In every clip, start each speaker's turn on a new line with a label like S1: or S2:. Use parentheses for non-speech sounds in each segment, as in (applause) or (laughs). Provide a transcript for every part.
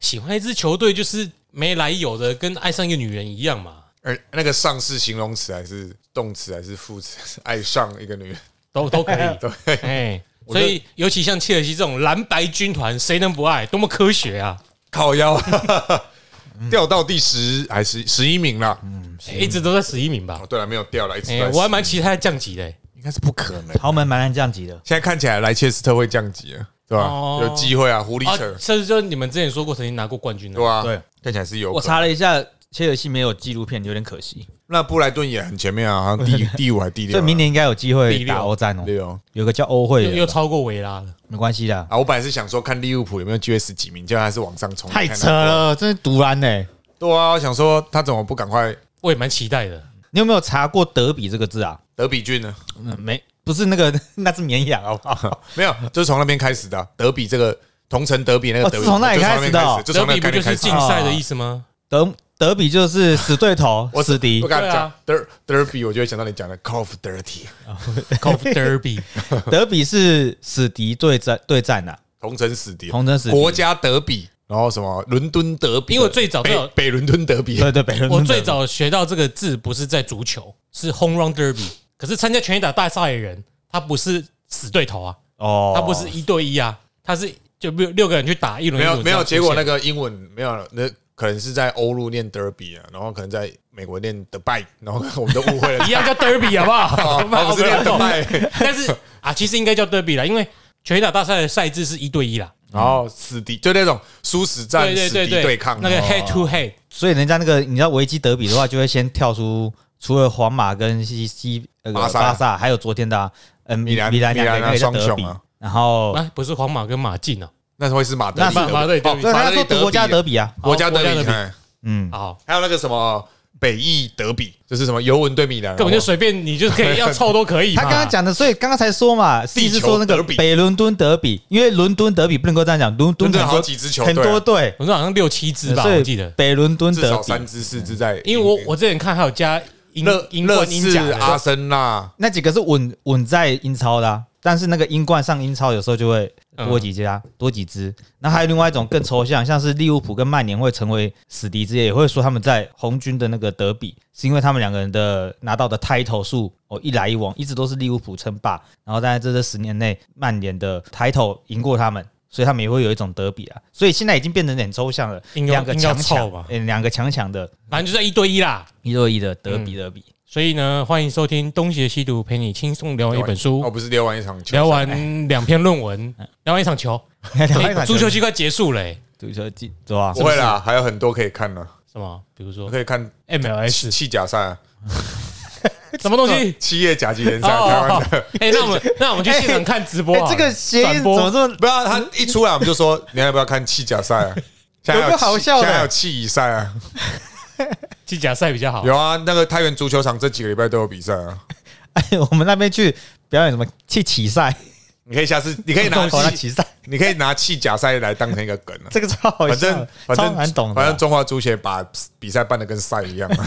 S1: 喜欢一支球队就是没来由的，跟爱上一个女人一样嘛，
S2: 而那个上是形容词还是动词还是副词？爱上一个女人， (laughs)
S1: 都都可以。
S2: 对，
S1: 哎，
S2: 我
S1: 所
S2: 觉得
S1: 以尤其像切尔西这种蓝白军团，谁能不爱？多么科学啊！
S2: 靠腰， (laughs) 掉到第十还是十一名啦。
S1: 哎一直都在十一名吧
S2: 哦，。对了，没有掉了，一直
S1: 哎，
S2: 在
S1: 我还
S2: 十。
S1: 蛮期待他降级的。
S2: 应该是不可能。
S3: 豪门蛮难降级的。
S2: 现在看起来莱切斯特会降级了，对吧？
S1: 哦
S2: 有机会啊，狐
S1: 啊
S2: 狸扯，，
S1: 这就是你们之前说过曾经拿过冠军的啊
S2: 对。吧？
S3: 对，
S2: 看起来是有可能。
S3: 我查了一下，切尔西没有纪录片，有点可惜。
S2: 那布莱顿也很前面啊，好像第第五还第六啊。
S3: 所以明年应该有机
S1: 第
S3: 会
S1: 六
S3: 打欧战哦。
S2: 六
S3: 有个叫欧会
S1: 又又
S3: 的，
S1: 超过维拉了，
S3: 没关系的。
S2: 啊，我本来是想说看利物浦有没有机会十几名，结果还是往上冲。
S4: 太
S2: 看
S4: 扯
S2: 到。
S4: 了，真是毒然呢。
S2: 对啊，我想说他怎么不赶快
S1: 我也蛮期待的。
S3: 你有没有查过德比这个字啊？
S2: 德比郡呢？
S3: 嗯没，不是那个， (laughs) 那是绵羊，好不好？
S2: 没有，就是从那边开始的啊、德比这个同城德比那个
S3: 哦
S2: 德比，
S3: 是从那里
S2: 就
S3: 开始的哦
S2: 就
S1: 德
S2: 从那
S1: 比
S2: 个
S1: 不就
S2: 概念开
S1: 是
S2: 始啊
S1: 竞赛的意思吗？
S3: 德德比就是死对头
S2: (laughs) ，我
S3: 死敌
S2: 我。刚
S1: 对
S2: 才
S1: 啊
S2: 讲德德比，我就会想到你讲的 Call of Dirty，
S1: Call
S2: (laughs)
S1: of Derby，
S3: 德比是死敌对战对战呐，
S2: 同城死敌，
S3: 同城死敌
S2: 国家德比，然后什么伦敦德比，
S1: 因为我最早
S2: 北
S1: 最
S2: 北伦敦德比，
S3: 对对，北伦敦
S1: 我
S3: 德比
S1: 最早学到这个字不是在足球，是 Home Run Derby。可是参加拳击打大赛的人，他不是死对头啊，
S3: 哦，
S1: 他不是一对一啊，他是就六六个人去打一轮，
S2: 没有没有，结果那
S1: 个
S2: 个英文没有，那可能是在欧陆念德比啊，然后可能在美国念德拜，然后我们都误会
S1: (laughs)
S2: 了
S1: 一，样叫 Derby 好不 (laughs) 好？
S2: (laughs) 哦哦不是念德拜，
S1: (laughs) 但是啊，其实应该叫 Derby 啦，因为拳击打大赛的赛制是一对一啦，
S2: 然后死敌就那种殊死战
S1: 对
S2: 死
S1: 对对
S2: 敌对抗，哦
S1: 那个 head to head，
S3: 所以人家那个你知道维基德比的话，就会先跳出除了皇马跟西西那个
S2: 巴萨
S3: 巴萨，还有昨天的啊嗯
S2: 米兰
S3: 米兰两个
S2: 米兰啊
S3: 那个叫德
S2: 双
S3: 比
S2: 雄啊，
S3: 然后
S1: 啊，不是皇马跟马竞啊，
S2: 那会是马德里
S3: 那
S2: 德
S3: 是
S2: 比，
S1: 马德里德
S2: 哦
S1: 比
S3: 对，
S2: 马
S3: 他
S2: 德里
S3: 说
S2: 德比
S3: 国家德比啊，
S2: 国家德
S1: 国家德
S2: 比，
S1: 比
S2: 哎
S3: 嗯，
S1: 好，
S2: 还有那个什么北意德比，就是什么尤文对米兰，
S1: 根本就随便你就是可以要
S2: (laughs)
S1: 凑都可以嘛。
S3: 他刚刚讲的，所以刚刚才说嘛，是
S2: 地球
S3: 是说那
S2: 德
S3: 个
S2: 比
S3: 北伦敦德比，因为伦敦德比不能够这样讲，伦敦
S2: 真的
S3: 很
S2: 好
S3: 多
S2: 几支球队啊，
S3: 很多队，
S1: 我说好像六七支吧，
S3: 所以
S1: 我记得，
S3: 北伦敦
S2: 至
S3: 德
S2: 少
S3: 比
S2: 三支四支在英
S1: 因为
S2: 国，
S1: 我我之前看还有加英
S2: 热
S1: 英
S2: 热
S1: 冠英
S2: 刺、
S1: 甲的
S2: 阿森纳，
S3: 那几个是稳稳在英超的、啊，但是那个英冠上英超有时候就会
S1: 嗯
S3: 多几家、多几支。那还有另外一种更抽象，像是利物浦跟曼联会成为死敌之夜，也会说他们在红军的那个德比，是因为他们两个人的拿到的 title 数哦一来一往，一直都是利物浦称霸，然后但在这这十年内，曼联的 title 赢过他们。所以他们也会有一种德比啊，所以现在已经变得很抽象了，
S1: 硬要
S3: 两个强
S1: 硬要
S3: 强
S1: 凑吧，
S3: 呃两个强强的
S1: 反正就在一对一啦。
S3: 一对一的德
S1: 嗯
S3: 比德比，
S1: 所以呢，欢迎收听《东邪西毒》，陪你轻松聊完一本
S2: 哦，
S1: 书，
S2: 不是聊完一场球，
S1: 聊完两篇论文，聊完一场球。哎足球季快结束嘞，
S3: 足球季 (laughs) 对吧？
S2: 不会啦，还有很多可以看呢，
S1: 什么？比如说
S2: 可以看
S1: MLS
S2: 七甲赛啊，
S1: 什么东西？
S2: 七夜甲级联赛，台
S1: 哦，
S2: 湾
S1: 哦
S2: 的。 (laughs)
S1: 哦哎，那我们那我们去现场看直播
S2: 啊
S3: 哎
S1: 好了。
S3: 这个谐
S1: 转
S3: 音怎
S1: 播
S3: 么这么 (laughs)
S2: 不要，他一出来我们就说， (laughs) 你要不要看七甲赛啊？现在还
S3: 有个好
S2: 气
S3: 笑的
S2: 现在还有气乙赛啊，
S1: 季甲赛比较好。
S2: 有啊，那个太原足球场这几个礼拜都有比赛啊。
S3: 哎，我们那边去表演什么去起赛，
S2: 你可以下次，你可以拿
S3: 哦那
S2: 气，
S3: 起赛， (laughs)
S2: 你可以拿气甲赛来当成一个梗啊。
S3: 这个超好
S2: 反
S3: 笑
S2: 正
S3: 的，
S2: 反
S3: 超
S2: 正
S3: 难懂的
S2: 反正
S3: 啊。
S2: 中华足协把比赛办的跟赛一样
S3: (laughs)
S2: 啊，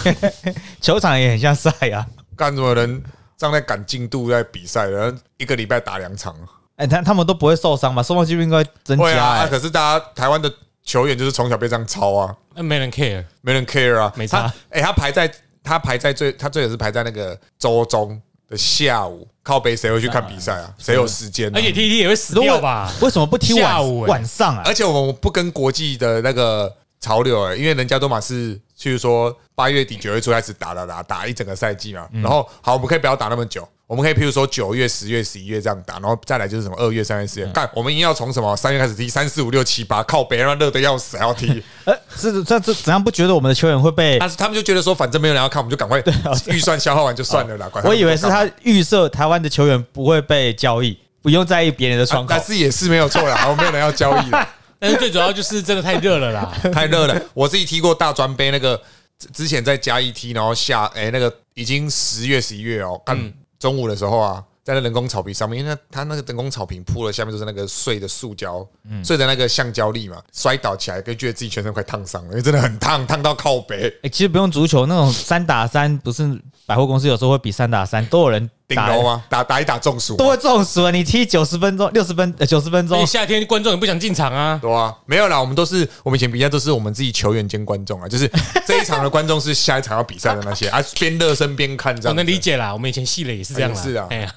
S3: 球场也很像赛啊。
S2: 干什么人站在赶进度在比赛，然后一个礼拜打两场，
S3: 哎，他他们都不会受伤嘛，受伤几率应该增
S2: 会啊
S3: 加。
S2: 啊。
S3: 哎
S2: 可是大家台湾的球员就是从小被这样操啊，
S1: 那没人 care，
S2: 没人 care 啊，
S1: 没差
S2: 他。哎、他排在他排在最他最好是排在那个周中的下午，靠北谁会去看比赛啊？谁有时间、啊？
S1: 而且 TT 也会死
S3: 如
S1: 掉
S3: 果
S1: 吧？
S3: 为什么不踢
S1: 下午
S3: 晚
S1: 哎
S3: 晚上啊
S2: 而？且我们不跟国际的那个潮流、欸，因为人家都嘛是，譬如说八月底九月初开始打打打打一整个赛季嘛，
S3: 嗯
S2: 然后好，我们可以不要打那么久，我们可以譬如说九月、十月、十一月这样打，然后再来就是什么二月、三月、四
S3: 嗯
S2: 月，干，我们硬要从什么三月开始踢，三四五六七八，靠北让热的要死，还要
S3: (laughs)
S2: 踢，
S3: 呃，是这这怎样不觉得我们的球员会被
S2: 但？是他们就觉得说，反正没有人要看，我们就赶快预算消耗完就算了啦。管他
S3: 啊 (laughs) 我
S2: 们
S3: 以为是
S2: 干嘛
S3: 他预设台湾的球员不会被交易，不用在意别人的窗
S2: 啊
S3: 口
S2: 但。是也是没有错啦，我没有人要交易啦。
S1: 但是最主要就是真的太热了啦。
S2: 太热了。我自己踢过大专杯那个，之之前在嘉义踢，然后下哎、那个已经十月十一月哦，
S1: 嗯
S2: 看、中午的时候啊，在那人工草坪上面，因为那它那个人工草坪铺了下面就是那个碎的塑胶，
S1: 嗯
S2: 碎的那个橡胶粒嘛，摔倒起来，就觉得自己全身快烫伤了，因为真的很烫，烫到靠背。
S3: 哎，其实不用足球那种三打三，不是百货公司有时候会比三打三，都有人
S2: 顶楼啊吗？打打一打中暑吗，
S3: 都会中暑啊！你踢九十分钟、六十分、呃九十分
S1: 那
S3: 钟
S1: 你，夏天观众也不想进场啊，
S2: 对啊，没有啦，我们都是我们以前比赛都是我们自己球员兼观众啊，
S1: (laughs)
S2: 就是这一场的观众是下一场要比赛的那些啊，边热身边看
S1: 我
S2: 这样子，
S1: 能理解啦。我们以前戏了也是这样啦，
S2: 也是啊
S1: 哎呀，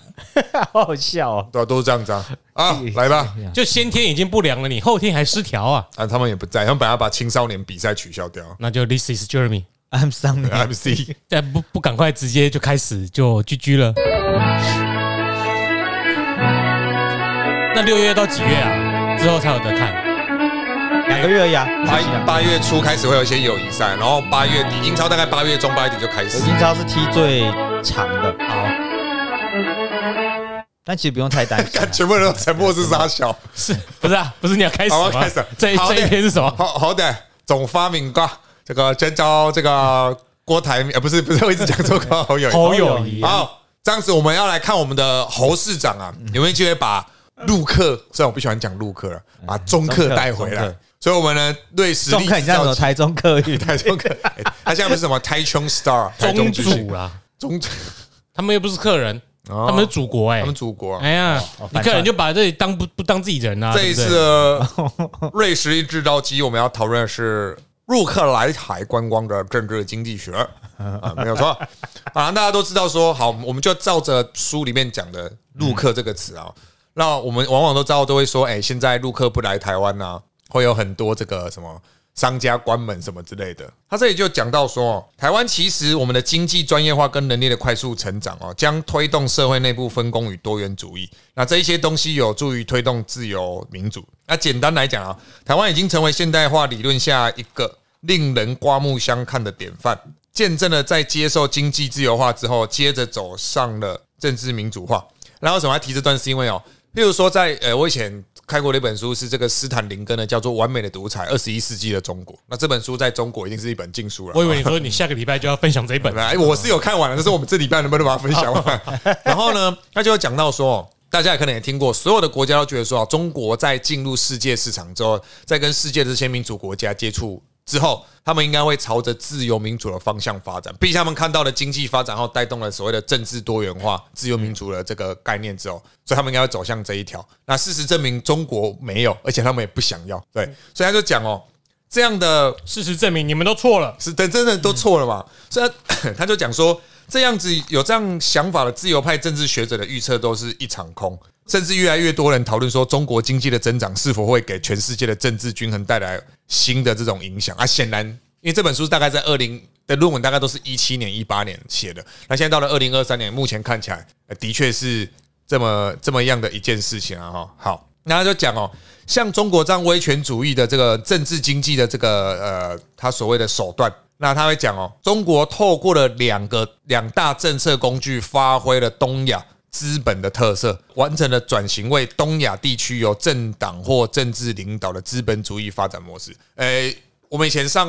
S3: 好好笑哦！
S2: 对啊，都是这样子啊啊，来吧，
S1: 就先天已经不良了，你后天还失调啊，
S2: 啊，他们也不在，他们本来要把青少年比赛取消 (laughs) 掉
S1: 那就 This is Jeremy，
S3: ，I'm sorry，
S2: ，MC
S1: 再不不赶快直接就开始就 GG 了。那六月到几月啊？之后才有得看。
S3: 两个月而已啊，
S2: 八
S3: 休息两个月
S2: 八月初开始会有一些友谊赛，然后八月底英超大概八月中八月底就开始
S3: 我，英超是踢最长的，
S1: 好，
S3: 但其实不用太担
S2: (laughs)
S3: 心啊、
S2: 看 (laughs) 全部人都沉默是傻 (laughs) 小，
S1: 是不是啊？不是你要开始
S2: 好
S1: 吗？
S2: 啊开始
S1: 这
S2: 好
S1: 这一
S2: 嘞
S1: 天是什么？
S2: 好好歹总发明挂这个征召这个郭台铭，呃，不是不是，我一直讲错高好友，
S1: 侯友谊啊，
S2: 好，这样子我们要来看我们的侯市长啊，有没有机会把陆客？虽然我不喜欢讲陆客了，把嗯中客带回
S3: 中
S2: 来
S3: 客。
S2: 所以，我们呢，对实
S3: 中
S2: 力
S3: 看你像什么台中客
S2: (laughs)
S3: 运，
S2: 台
S1: (laughs)
S2: 中客，哎他现在不是什么台中 star 台
S1: 中
S2: 之星
S1: 主啦，
S2: 中主，
S1: 他们又不是客人，
S2: 哦
S1: 他们是祖国哎
S2: 他们。祖国啊。
S1: 哎呀
S3: 哦，
S1: 你
S3: 反
S1: 客人
S3: 串
S1: 就把这里当不不当自己人啊？
S2: 这
S1: 对
S2: 一次
S1: 不对
S2: 的瑞士力制造机，我们要讨论的是入克莱海观光的政治经济
S1: (laughs)
S2: 学啊，没有错。啊，大家都知道说，好，我们就照着书里面讲的“入客”这个词啊。那我们往往都知道，都会说，哎、现在入客不来台湾啊，会有很多这个什么商家关门什么之类的。他这里就讲到说，台湾其实我们的经济专业化跟能力的快速成长哦，将推动社会内部分工与多元主义。那这一些东西有助于推动自由民主。那简单来讲啊，台湾已经成为现代化理论下一个令人刮目相看的典范，见证了在接受经济自由化之后，接着走上了政治民主化。然后为什么要提这段？是因为哦，譬如说在呃，我以前开过的一本书是这个斯坦林根的，叫做《完美的独裁：二十一世纪的中国》。那这本书在中国一定是一本禁书了。
S1: 我以为你说你下个礼拜就要分享这一本，
S2: 哎，我是有看完了，但是我们这礼拜能不能把它分享完？然后呢，他就有讲到说，大家也可能也听过，所有的国家都觉得说，中国在进入世界市场之后，在跟世界这些民主国家接触。之后，他们应该会朝着自由民主的方向发展。毕竟他们看到了经济发展后带动了所谓的政治多元化、自由民主的这个概念之后，所以他们应该会走向这一条。那事实证明，中国没有，而且他们也不想要。对，所以他就讲哦，这样的
S1: 事实证明你们都错了。
S2: 是真真的都错了嘛？所以他他就讲说，这样子有这样想法的自由派政治学者的预测都是一场空，甚至越来越多人讨论说，中国经济的增长是否会给全世界的政治均衡带来新的这种影响啊？显然，因为这本书大概在二零的论文大概都是一七年、一八年写的，那现在到了二零二三年，目前看起来呃的确是这么这么样的一件事情啊！哈，好，那他就讲哦，像中国这样威权主义的这个政治经济的这个呃，他所谓的手段，那他会讲哦，中国透过了两个两大政策工具，发挥了东亚。资本的特色，完成了转型为东亚地区由政党或政治领导的资本主义发展模式。诶、我们以前上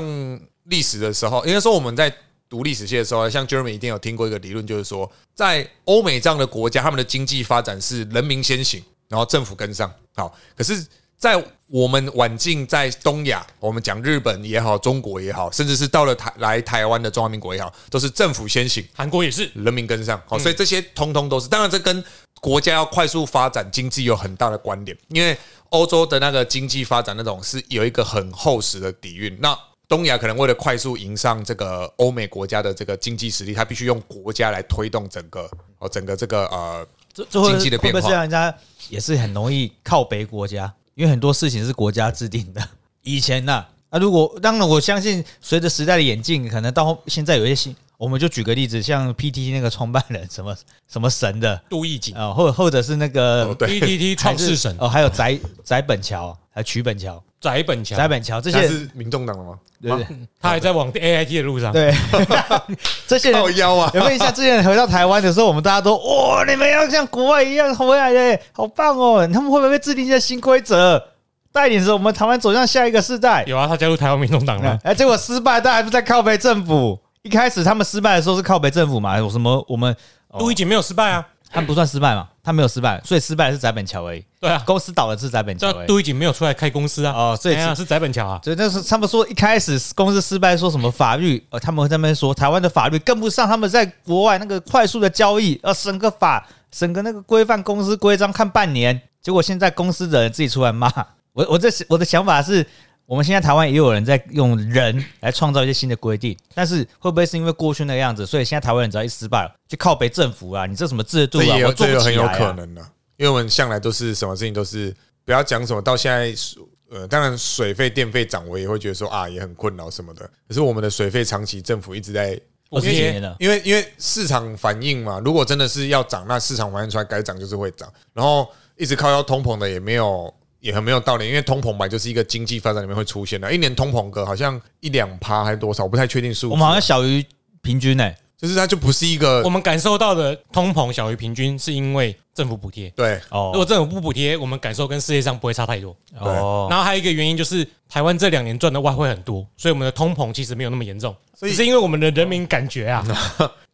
S2: 历史的时候，应该说我们在读历史系的时候，像 Jeremy 一定有听过一个理论，就是说，在欧美这样的国家，他们的经济发展是人民先行，然后政府跟上。好，可是，在我们晚近在东亚，我们讲日本也好，中国也好，甚至是到了台来台湾的中华民国也好，都是政府先行，
S1: 韩国也是，
S2: 人民跟上。好，所以这些通通都是，当然这跟国家要快速发展经济有很大的关联，因为欧洲的那个经济发展那种是有一个很厚实的底蕴。那东亚可能为了快速迎上这个欧美国家的这个经济实力，它必须用国家来推动整个哦整个这个呃
S3: 这这会
S2: 经济的变化
S3: 会不会是让人家也是很容易靠北国家，因为很多事情是国家制定的。以前呐、啊，如果当然我相信，随着时代的演进，可能到后现在有一些新，我们就举个例子，像 PT 那个创办人什么什么神的
S1: 杜义景、
S3: 啊，或或者是那个、
S2: 哦对
S1: PTT 创世神、
S3: 哦，还有翟翟本桥，还有曲本桥、
S1: 翟本强
S3: 翟，本桥这
S2: 这
S3: 些人，
S2: 是民众党的吗？
S3: 对对
S1: 他还在往 AIT 的路上。
S3: 对， (laughs) 这些人
S2: 靠腰啊！
S3: 有没有印象？之前回到台湾的时候，我们大家都哇、你们要像国外一样回来耶，好棒哦！他们会不会制定一些新规则，带领着我们台湾走向下一个世代？
S1: 有啊，他加入台湾民众党啊
S3: 哎
S1: 了、。
S3: 结果失败，但还不在靠北政府。一开始他们失败的时候是靠北政府嘛？有什么我们
S1: 哦杜义景没有失败啊，
S3: 他们不算失败嘛，他没有失败，所以失败的是翟本桥而已。
S1: 对啊，
S3: 公司倒了是翟本桥
S1: 这
S3: 而
S1: 样
S3: 已。
S1: 都已经没有出来开公司啊。
S3: 哦所以
S1: 哎呀是翟本桥啊。
S3: 所以那时候他们说一开始公司失败，说什么法律，呃，他们在那边说台湾的法律跟不上他们在国外那个快速的交易，呃，整个法整个那个规范公司规章看半年，结果现在公司的人自己出来骂 (laughs) 我，我这我的想法是。我们现在台湾也有人在用人来创造一些新的规定，但是会不会是因为过去那个样子，所以现在台湾人只要一失败，就靠北政府啊，你这什么制度
S2: 这
S3: 啊，
S2: 也有
S3: 我做
S2: 这
S3: 不
S2: 个
S3: 起
S2: 很有
S3: 来、啊。
S2: 可能的、因为我们向来都是什么事情都是不要讲什么，到现在呃，当然水费、电费涨，我也会觉得说啊，也很困扰什么的。可是我们的水费长期政府一直在。
S3: 二十几哦年了，
S2: 因为因为市场反应嘛，如果真的是要涨，那市场反应出来该涨就是会涨，然后一直靠要通膨的也没有也很没有道理，因为通膨本来就是一个经济发展里面会出现的，一年通膨个好像一两趴还是多少，我不太确定数
S3: 我
S2: 字啊
S3: 们，好像小于平均呢、
S2: 就是它就不是一个
S1: 我们感受到的通膨小于平均，是因为政府补贴。
S2: 对
S1: 如果
S3: 哦
S1: 政府不补贴，我们感受跟世界上不会差太多。
S3: 哦，
S1: 然后还有一个原因就是，台湾这两年赚的外汇很多，所以我们的通膨其实没有那么严重，
S2: 所以
S1: 只是因为我们的人民感觉
S2: (laughs)
S1: 啊，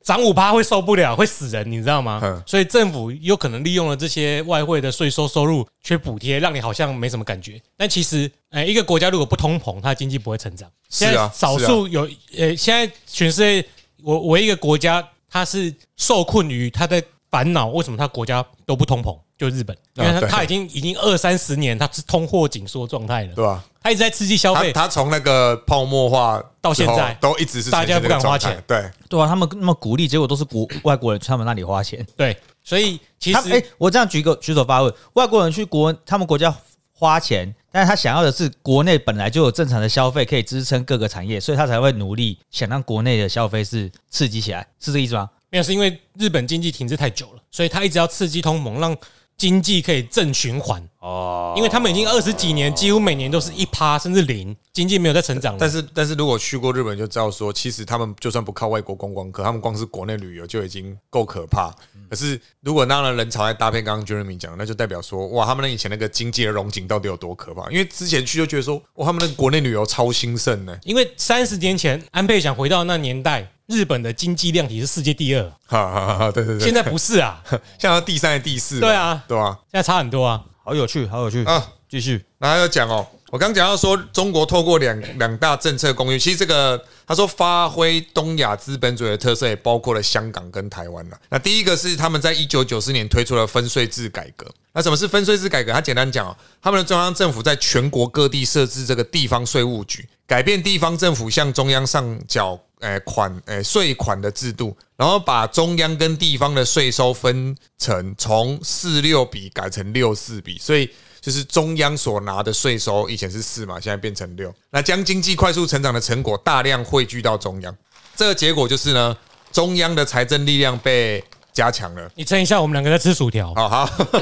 S1: 涨五趴会受不了，会死人，你知道吗
S2: 嗯？
S1: 所以政府有可能利用了这些外汇的税收收入去补贴，让你好像没什么感觉，但其实，哎，一个国家如果不通膨，它的经济不会成长。
S2: 是
S1: 现在
S2: 啊
S1: 少
S2: 是啊
S1: 数有，呃，现在全世界我唯一一个国家，它是受困于它在烦恼为什么它国家都不通膨，就日本，因为它
S2: 啊对
S1: 它已经已经二三十年，它是通货紧缩状态了。
S2: 对吧？
S1: 他一直在刺激消
S2: 它
S1: 费，
S2: 它从那个泡沫化
S1: 到现在
S2: 之后都一直是呈现
S1: 大
S2: 这个
S1: 家不敢花
S2: 状态
S1: 钱，嗯
S2: 对，
S3: 对啊，他们那么鼓励，结果都是国外国人去他们那里花钱。
S1: 对，所以其
S3: 他们哎、
S1: 实
S3: 我这样举个举手发问，外国人去国他们国家花钱，但是他想要的是国内本来就有正常的消费可以支撑各个产业，所以他才会努力想让国内的消费是刺激起来，是这个意思吗？
S1: 没有是因为日本经济停滞太久了，所以他一直要刺激通膨，让经济可以正循环。
S3: 哦，
S1: 因为他们已经二十几年，几乎每年都是一趴甚至零，经济没有在成长了
S2: 但。是，但是如果去过日本，就知道说，其实他们就算不靠外国观光客，他们光是国内旅游就已经够可怕。
S1: 嗯
S2: 可是，如果让人潮来搭配刚刚 Jeremy 讲的，那就代表说，哇，他们那以前那个经济的融景到底有多可怕？因为之前去就觉得说，哇，他们那个国内旅游超兴盛呢、
S1: 因为三十年前安倍想回到那年代，日本的经济量体是世界第二，
S2: 哈哈哈哈，对对对，
S1: 现在不是
S3: (laughs)
S1: 啊，现
S2: (laughs) 像到第三、第四了，
S1: 对啊
S2: 对吧、
S1: 在差很多啊。
S3: 好有趣，好有趣
S2: 啊？
S3: 继续，
S2: 然后他又讲哦，我刚讲到说，中国透过两两大政策工具，其实这个他说发挥东亚资本主义的特色，也包括了香港跟台湾了。那第一个是他们在一九九四年推出了分税制改革。那什么是分税制改革？它简单讲哦，他们的中央政府在全国各地设置这个地方税务局，改变地方政府向中央上缴诶呃款诶税款的制度，然后把中央跟地方的税收分成从四六比改成六四比，所以就是中央所拿的税收以前是四嘛，现在变成六。那将经济快速成长的成果大量汇聚到中央，这个结果就是呢，中央的财政力量被加强了。
S1: 你称一下，我们两个在吃薯条，
S2: 哦好好，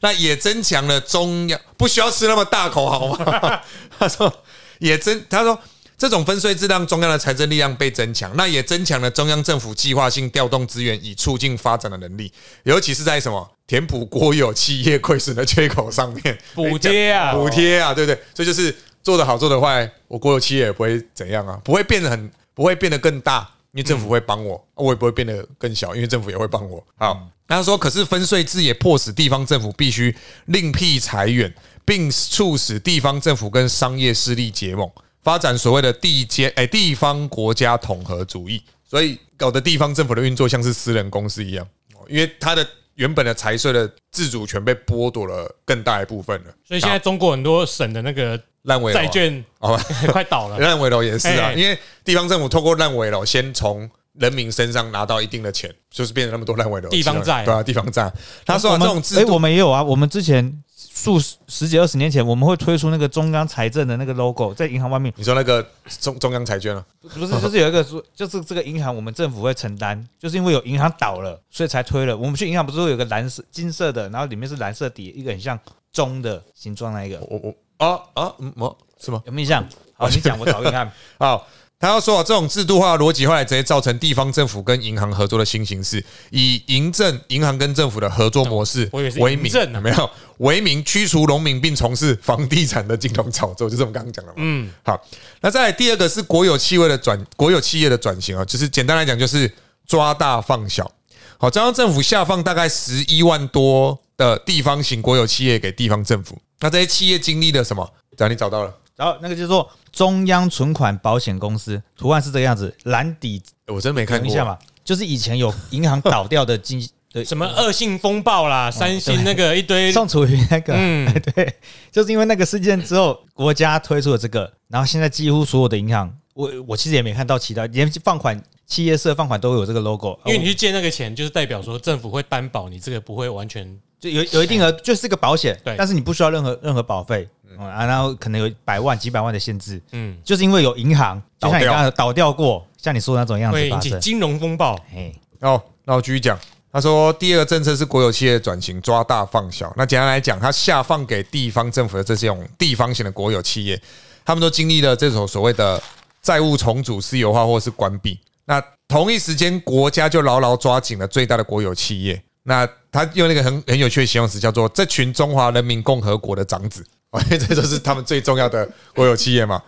S2: 那也增强了中央，不需要吃那么大口好吗？ (laughs) 他说也增，他说这种分税制让中央的财政力量被增强，那也增强了中央政府计划性调动资源以促进发展的能力，尤其是在什么填补国有企业亏损的缺口上面，
S1: 补贴啊
S2: 补贴啊，对不对？所以就是做得好，做得坏，我国有企业也不会怎样啊，不会变得很，不会变得更大，因为政府会帮我，我也不会变得更小，因为政府也会帮我。
S1: 嗯
S2: 好，他说，可是分税制也迫使地方政府必须另辟裁员，并促使地方政府跟商业势力结盟，发展所谓的地阶哎地方国家统合主义，所以搞得地方政府的运作像是私人公司一样，哦因为它的。原本的财税的自主权被剥夺了更大一部分了，
S1: 所以现在中国很多省的那个
S2: 烂尾楼啊
S1: 债券
S2: 好吧，
S1: (laughs) 快倒了。
S2: 烂尾楼也是啊，
S1: 哎
S2: 因为地方政府透过烂尾楼先从人民身上拿到一定的钱，就是变成那么多烂尾楼
S1: 地方债哦
S2: 对啊，地方债。他说
S3: 我
S2: 啊这
S3: 们
S2: 种制
S3: 哎我
S2: 度，
S3: 们也有啊，我们之前数十十几二十年前，我们会推出那个中央财政的那个 logo 在银行外面，
S2: 你说那个中中央财券啊，
S3: 不是，就是有一个说，就是这个银行我们政府会承担，就是因为有银行倒了，所以才推了。我们去银行不是会有个蓝色、金色的，然后里面是蓝色底，一个很像钟的形状那一个，
S2: 我我啊啊嗯么是吗？
S3: 有没有印象？好，你讲，我找给你看。
S2: 好，他要说啊，这种制度化的逻辑后来直接造成地方政府跟银行合作的新形式，以银政、银行跟政府的合作模式
S1: 我以为是
S2: 为
S1: 银
S2: 名
S1: 政啊，
S2: 没有为名驱除农民，并从事房地产的金融炒作，就是我们刚刚讲的嘛。嗯，好，那再来第二个是国有企业的转国有企业的转型啊，就是简单来讲就是抓大放小。好，中央政府下放大概十一万多的地方型国有企业给地方政府，那这些企业经历了什么？找你找到了，
S3: 然后那个叫做中央存款保险公司，图案是这个样子，蓝底
S2: 我真没看
S3: 等一
S2: 过
S3: 下。嘛，就是以前有银行倒掉的经济，对，
S1: 什么恶性风暴
S2: 哦
S1: 啦，三星那个一堆，
S3: 宋楚瑜那个，
S1: 嗯，
S3: (laughs) 对，就是因为那个事件之后，国家推出了这个，然后现在几乎所有的银行，我我其实也没看到其他，连放款企业社放款都有这个 logo，啊
S1: 因为你去借那个钱，就是代表说政府会担保你这个不会完全
S3: 就有有一定额，就是个保险，
S1: 对
S3: 但是你不需要任何任何保费、嗯、啊，然后可能有百万几百万的限制，
S1: 嗯
S3: 就是因为有银行，就
S2: 倒
S3: 像你
S2: 掉
S3: 刚才倒掉过，像你说的那种样
S1: 会
S3: 子
S1: 引
S3: 发
S1: 起
S3: 生，
S1: 金融风暴。
S3: 哎，
S2: 哦，那我继续讲。他说，第二个政策是国有企业转型，抓大放小。那简单来讲，它下放给地方政府的这种地方型的国有企业，他们都经历了这种所谓的债务重组、私有化或是关闭。那同一时间，国家就牢牢抓紧了最大的国有企业。那他用那个很很有趣的形容词，叫做“这群中华人民共和国的长子”， (laughs) 哦因为这就是他们最重要的国有企业嘛。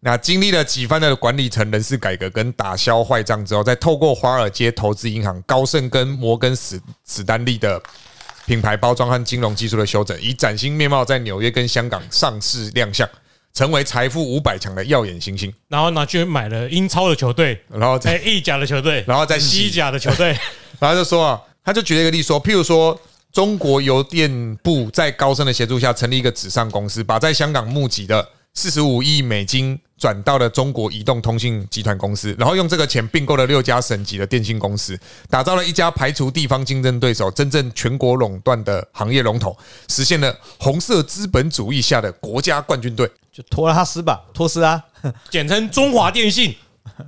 S2: 那经历了几番的管理层人事改革跟打消坏账之后，再透过华尔街投资银行、高盛跟摩根史史丹利的品牌包装和金融技术的修整，以崭新面貌在纽约跟香港上市亮相，成为财富五百强的耀眼新星。
S1: 然后拿去买了英超的球
S2: (laughs)
S1: 队，
S2: 然后再
S1: 在意甲的球队，
S2: 然后再
S1: 西
S2: 洗
S1: 甲的球队，
S2: (laughs) 然后他就说啊，他就举了一个例说，譬如说，中国邮电部在高盛的协助下成立一个纸上公司，把在香港募集的四十五亿美金转到了中国移动通信集团公司，然后用这个钱并购了六家省级的电信公司，打造了一家排除地方竞争对手、真正全国垄断的行业龙头，实现了红色资本主义下的国家冠军队。
S3: 就托拉斯吧，托斯啊，
S1: 简称中华电信，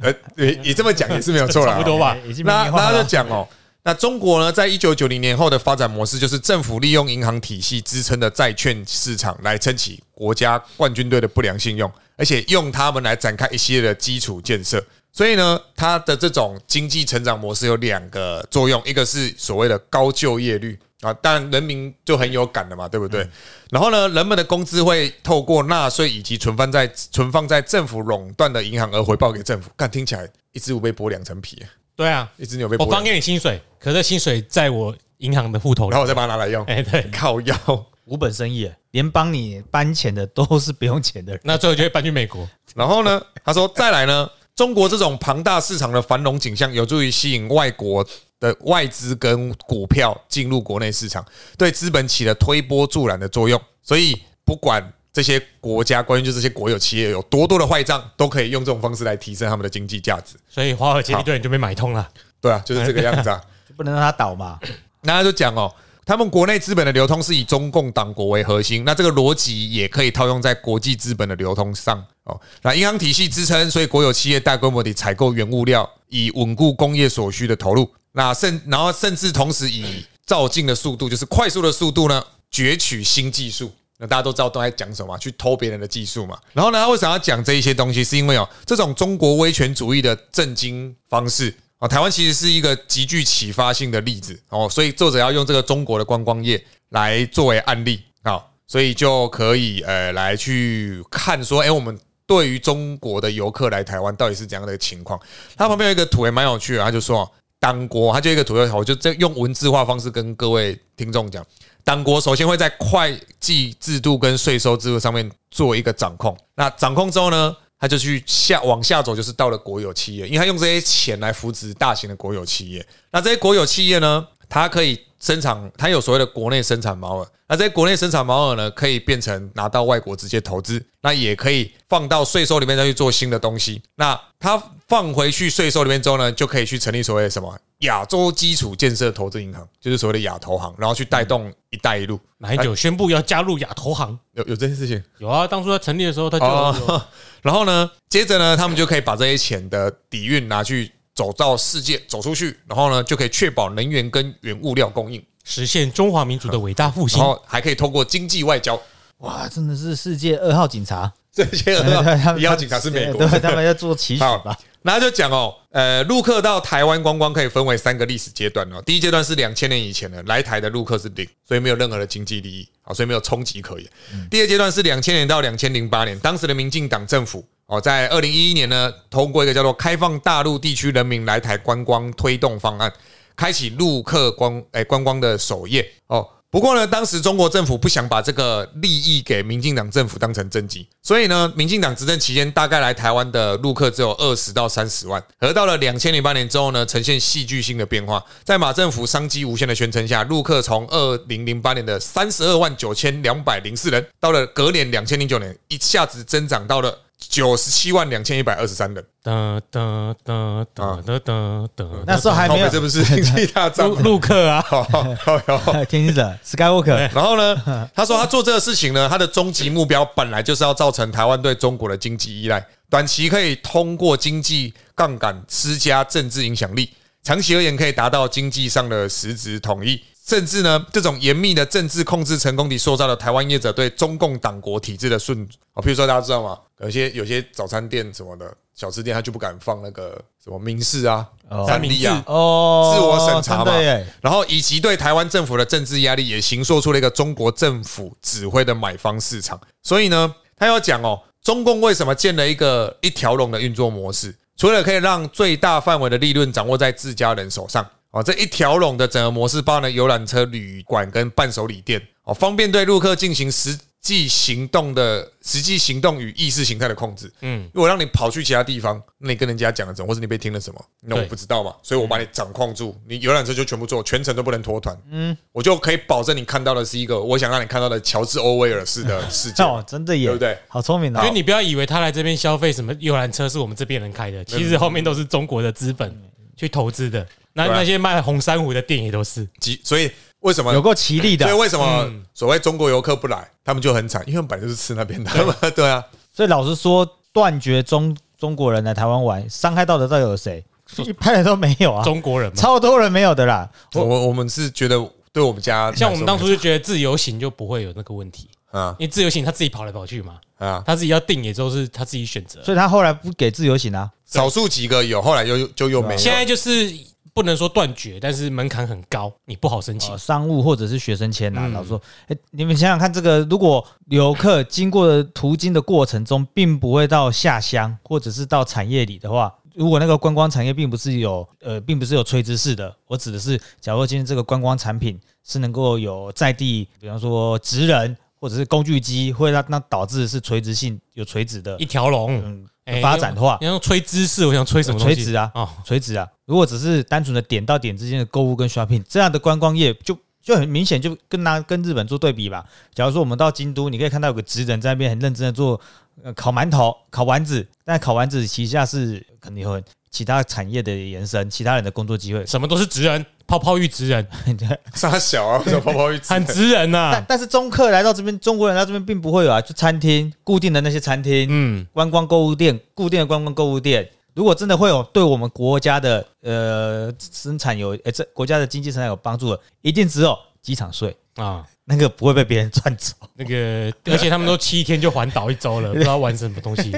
S2: 呃，也也这么讲也是没有错啦，
S1: 差不多吧。
S3: 哎已经
S2: 那
S3: 明
S2: 那
S3: 化
S2: 他就
S3: 了。
S2: 讲哦，那中国呢，在一九九零年后的发展模式，就是政府利用银行体系支撑的债券市场来撑起国家冠军队的不良信用，而且用他们来展开一系列的基础建设。所以呢，它的这种经济成长模式有两个作用，一个是所谓的高就业率啊，当然人民就很有感了嘛，对不
S3: 嗯
S2: 对？然后呢，人们的工资会透过纳税以及存放在存放在政府垄断的银行而回报给政府。看听起来，一只五被剥两层皮，
S1: 对啊，
S2: 一只牛被剥
S1: 我
S2: 两层
S1: 刚给你薪水，可这薪水在我银行的户头里
S2: 然。后我再把它拿来用。
S1: 哎，对，
S2: 靠腰，
S3: 无本生意，连帮你搬钱的都是不用钱的人。
S1: 那最后就会搬去美国。
S2: 然后呢？他说再来呢，中国这种庞大市场的繁荣景象，有助于吸引外国的外资跟股票进入国内市场，对资本起了推波助澜的作用。所以不管这些国家，关于就这些国有企业有多多的坏账，都可以用这种方式来提升他们的经济价值。
S1: 所以华尔街一堆人就被买通了。
S2: 对啊，就是这个样子啊。
S3: 就不能让他倒嘛。
S2: 那他就讲哦，他们国内资本的流通是以中共党国为核心，那这个逻辑也可以套用在国际资本的流通上哦。那银行体系支撑，所以国有企业大规模地采购原物料，以稳固工业所需的投入。那甚然后甚至同时以照进的速度，就是快速的速度呢，攫取新技术。那大家都知道都在讲什么嘛，去偷别人的技术嘛。然后呢，他为什么要讲这一些东西？是因为哦，这种中国威权主义的震惊方式啊，台湾其实是一个极具启发性的例子哦，所以作者要用这个中国的观光业来作为案例啊、好所以就可以呃来去看说，哎、我们对于中国的游客来台湾到底是怎样的情况？他旁边有一个图也蛮有趣的，他就说哦党国，他就一个图就好，我就这用文字化方式跟各位听众讲，党国首先会在会计制度跟税收制度上面做一个掌控。那掌控之后呢，他就去下往下走，就是到了国有企业，因为他用这些钱来扶植大型的国有企业。那这些国有企业呢，它可以生产，它有所谓的国内生产毛额。那这些国内生产毛额呢，可以变成拿到外国直接投资，那也可以放到税收里面再去做新的东西。那它放回去税收里面之后呢，就可以去成立所谓的什么亚洲基础建设投资银行，就是所谓的亚投行，然后去带动“一带一路”。
S1: 马英九宣布要加入亚投行，
S2: 有有这件事情？
S1: 有啊，当初他成立的时候，他就有
S2: 哦，然后呢，接着呢，他们就可以把这些钱的底蕴拿去走到世界，走出去，然后呢，就可以确保能源跟原物料供应，
S1: 实现中华民族的伟大复兴
S2: 然。后还可以通过经济外交。 (laughs)
S3: 哇，真的是世界二号警察，
S2: 这些
S3: (laughs) 哎他
S2: 额
S3: 们
S2: 要啊警察是美国
S3: 对，，他们要做祈使吧？
S2: 然后就讲哦，呃，陆客到台湾观光可以分为三个历史阶段哦。第一阶段是两千年以前的，来台的陆客是零，所以没有任何的经济利益啊，所以没有冲击可言。第二阶段是两千年到两千零八年，当时的民进党政府哦，在二零一一年呢，通过一个叫做《开放大陆地区人民来台观光推动方案》，开启陆客观哎、观光的首页哦。不过呢，当时中国政府不想把这个利益给民进党政府当成政绩，所以呢，民进党执政期间大概来台湾的陆客只有二十到三十万，而到了两千零八年之后呢，呈现戏剧性的变化。在马政府商机无限的宣称下，陆客从二零零八年的三十二万九千两百零四人，到了隔年两千零九年，一下子增长到了九十七万两千一百二十三人。
S1: 噔噔噔
S2: 啊
S1: 噔噔噔噔，
S3: 嗯那时候还没有
S2: 哦靠北这不是
S3: (laughs)
S2: 经济大涨哦
S1: 陆
S2: 吗？
S1: 陆客啊，
S2: 好好好。哎
S3: 天行者 Skywalker，
S2: 然后呢，他说他做这个事情呢，他的终极目标本来就是要造成台湾对中国的经济依赖，短期可以通过经济杠杆施加政治影响力，长期而言可以达到经济上的实质统一。甚至呢，这种严密的政治控制成功地塑造了台湾业者对中共党国体制的顺啊，譬如说大家知道吗？有些有些早餐店什么的小吃店，他就不敢放那个什么民事啊、
S3: 哦
S2: 三立啊
S1: 三明治、
S3: 哦，
S2: 自我审查嘛
S3: 真的耶，
S2: 然后以及对台湾政府的政治压力，也形塑出了一个中国政府指挥的买方市场。所以呢，他要讲哦，中共为什么建了一个一条龙的运作模式？除了可以让最大范围的利润掌握在自家人手上哦，这一条龙的整个模式包含了游览车、旅馆跟伴手礼店哦，方便对陆客进行实际行动的实际行动与意识形态的控制。
S1: 嗯，
S2: 如果让你跑去其他地方，那你跟人家讲了什么，或是你被听了什么，那我
S1: 对
S2: 不知道嘛，所以我把你掌控住，你游览车就全部做，全程都不能脱团。嗯，我就可以保证你看到的是一个我想让你看到的乔治·欧威尔式的世
S1: (laughs)
S2: 界。
S3: 哦，真的耶，
S2: 对不对？
S3: 好聪明
S1: 所以
S3: 哦，
S1: 你不要以为他来这边消费什么游览车是我们这边人开的，其实后面都是中国的资本
S3: 嗯
S1: 去投资的。那
S2: 对啊
S1: 那些卖红珊瑚的店也都是，
S2: 即所以为什么
S3: 有够奇力的
S2: 所以，为什么
S1: 嗯
S2: 所谓中国游客不来，他们就很惨，因为他们本来就是吃那边的。 (laughs) 对啊，
S3: 所以老实说，断绝中中国人来台湾玩，伤害到的到底有
S2: (laughs)
S3: 谁？一般人都没有啊，
S1: 中国人嘛。
S3: 超多人没有的啦。
S2: 我我我们是觉得对我们家
S1: 像我们当初就觉得自由行就不会有那个问题，
S2: 啊
S1: 因为自由行他自己跑来跑去嘛，
S2: 啊，
S1: 他自己要定也都是他自己选择。
S3: 所以他后来不给自由行啊，
S2: 少数几个有，后来又就又没有。
S1: 现在就是不能说断绝，但是门槛很高，你不好申请
S3: 呃、。商务或者是学生签啊。老实说，哎、你们想想看，这个如果游客经过的途经的过程中，并不会到下乡或者是到产业里的话。如果那个观光产业并不是有呃，并不是有垂直式的，我指的是，假如今天这个观光产品是能够有在地，比方说职人或者是工具机，会让那导致是垂直性有垂直的
S1: 一条龙
S3: 嗯发展的话，
S1: 你要用吹知识，我想吹什么东西？
S3: 垂直啊
S1: 哦，
S3: 垂直啊。如果只是单纯的点到点之间的购物跟 shopping 这样的观光业就，就很明显就跟拿跟日本做对比吧。假如说我们到京都，你可以看到有个职人在那边很认真的做、呃、烤馒头、烤丸子，但烤丸子旗下是肯定有其他产业的延伸，其他人的工作机会。
S1: 什么都是职人，泡泡浴职
S3: (laughs)
S1: 人，
S2: (laughs) 傻小啊，为什么泡泡浴池
S1: 很职人呐、
S3: 但但是中客来到这边，中国人来到这边并不会有啊，就餐厅固定的那些餐厅，
S1: 嗯，
S3: 观光购物店，固定的观光购物店，如果真的会有对我们国家的呃生产有，呃、这国家的经济生产有帮助的，一定只有机场税，
S1: 啊，
S3: 那个不会被别人
S1: (laughs)
S3: 赚走。
S1: 那个，而且他们都七天就环岛一周
S3: (laughs)
S1: 了，不知道玩什么东西，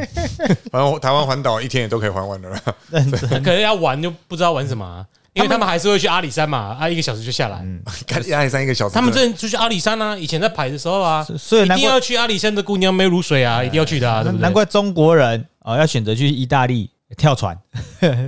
S2: 反正台湾环岛一天也都可以环完了啦。 (laughs)
S3: 认真
S1: 可能要玩就不知道玩什么啊、因为他们还是会去阿里山嘛，啊，一个小时就下来。
S3: 嗯
S2: 看亚历山一个小时，
S1: 他们真的就去阿里山啊，以前在排的时候啊，
S3: 所以
S1: 一
S3: 难
S1: 定
S3: 怪哎
S1: 要去阿里山的姑娘没如水啊，一定要去的啊，对不对？
S3: 难怪中国人啊、呃要选择去意大利跳船、 (laughs)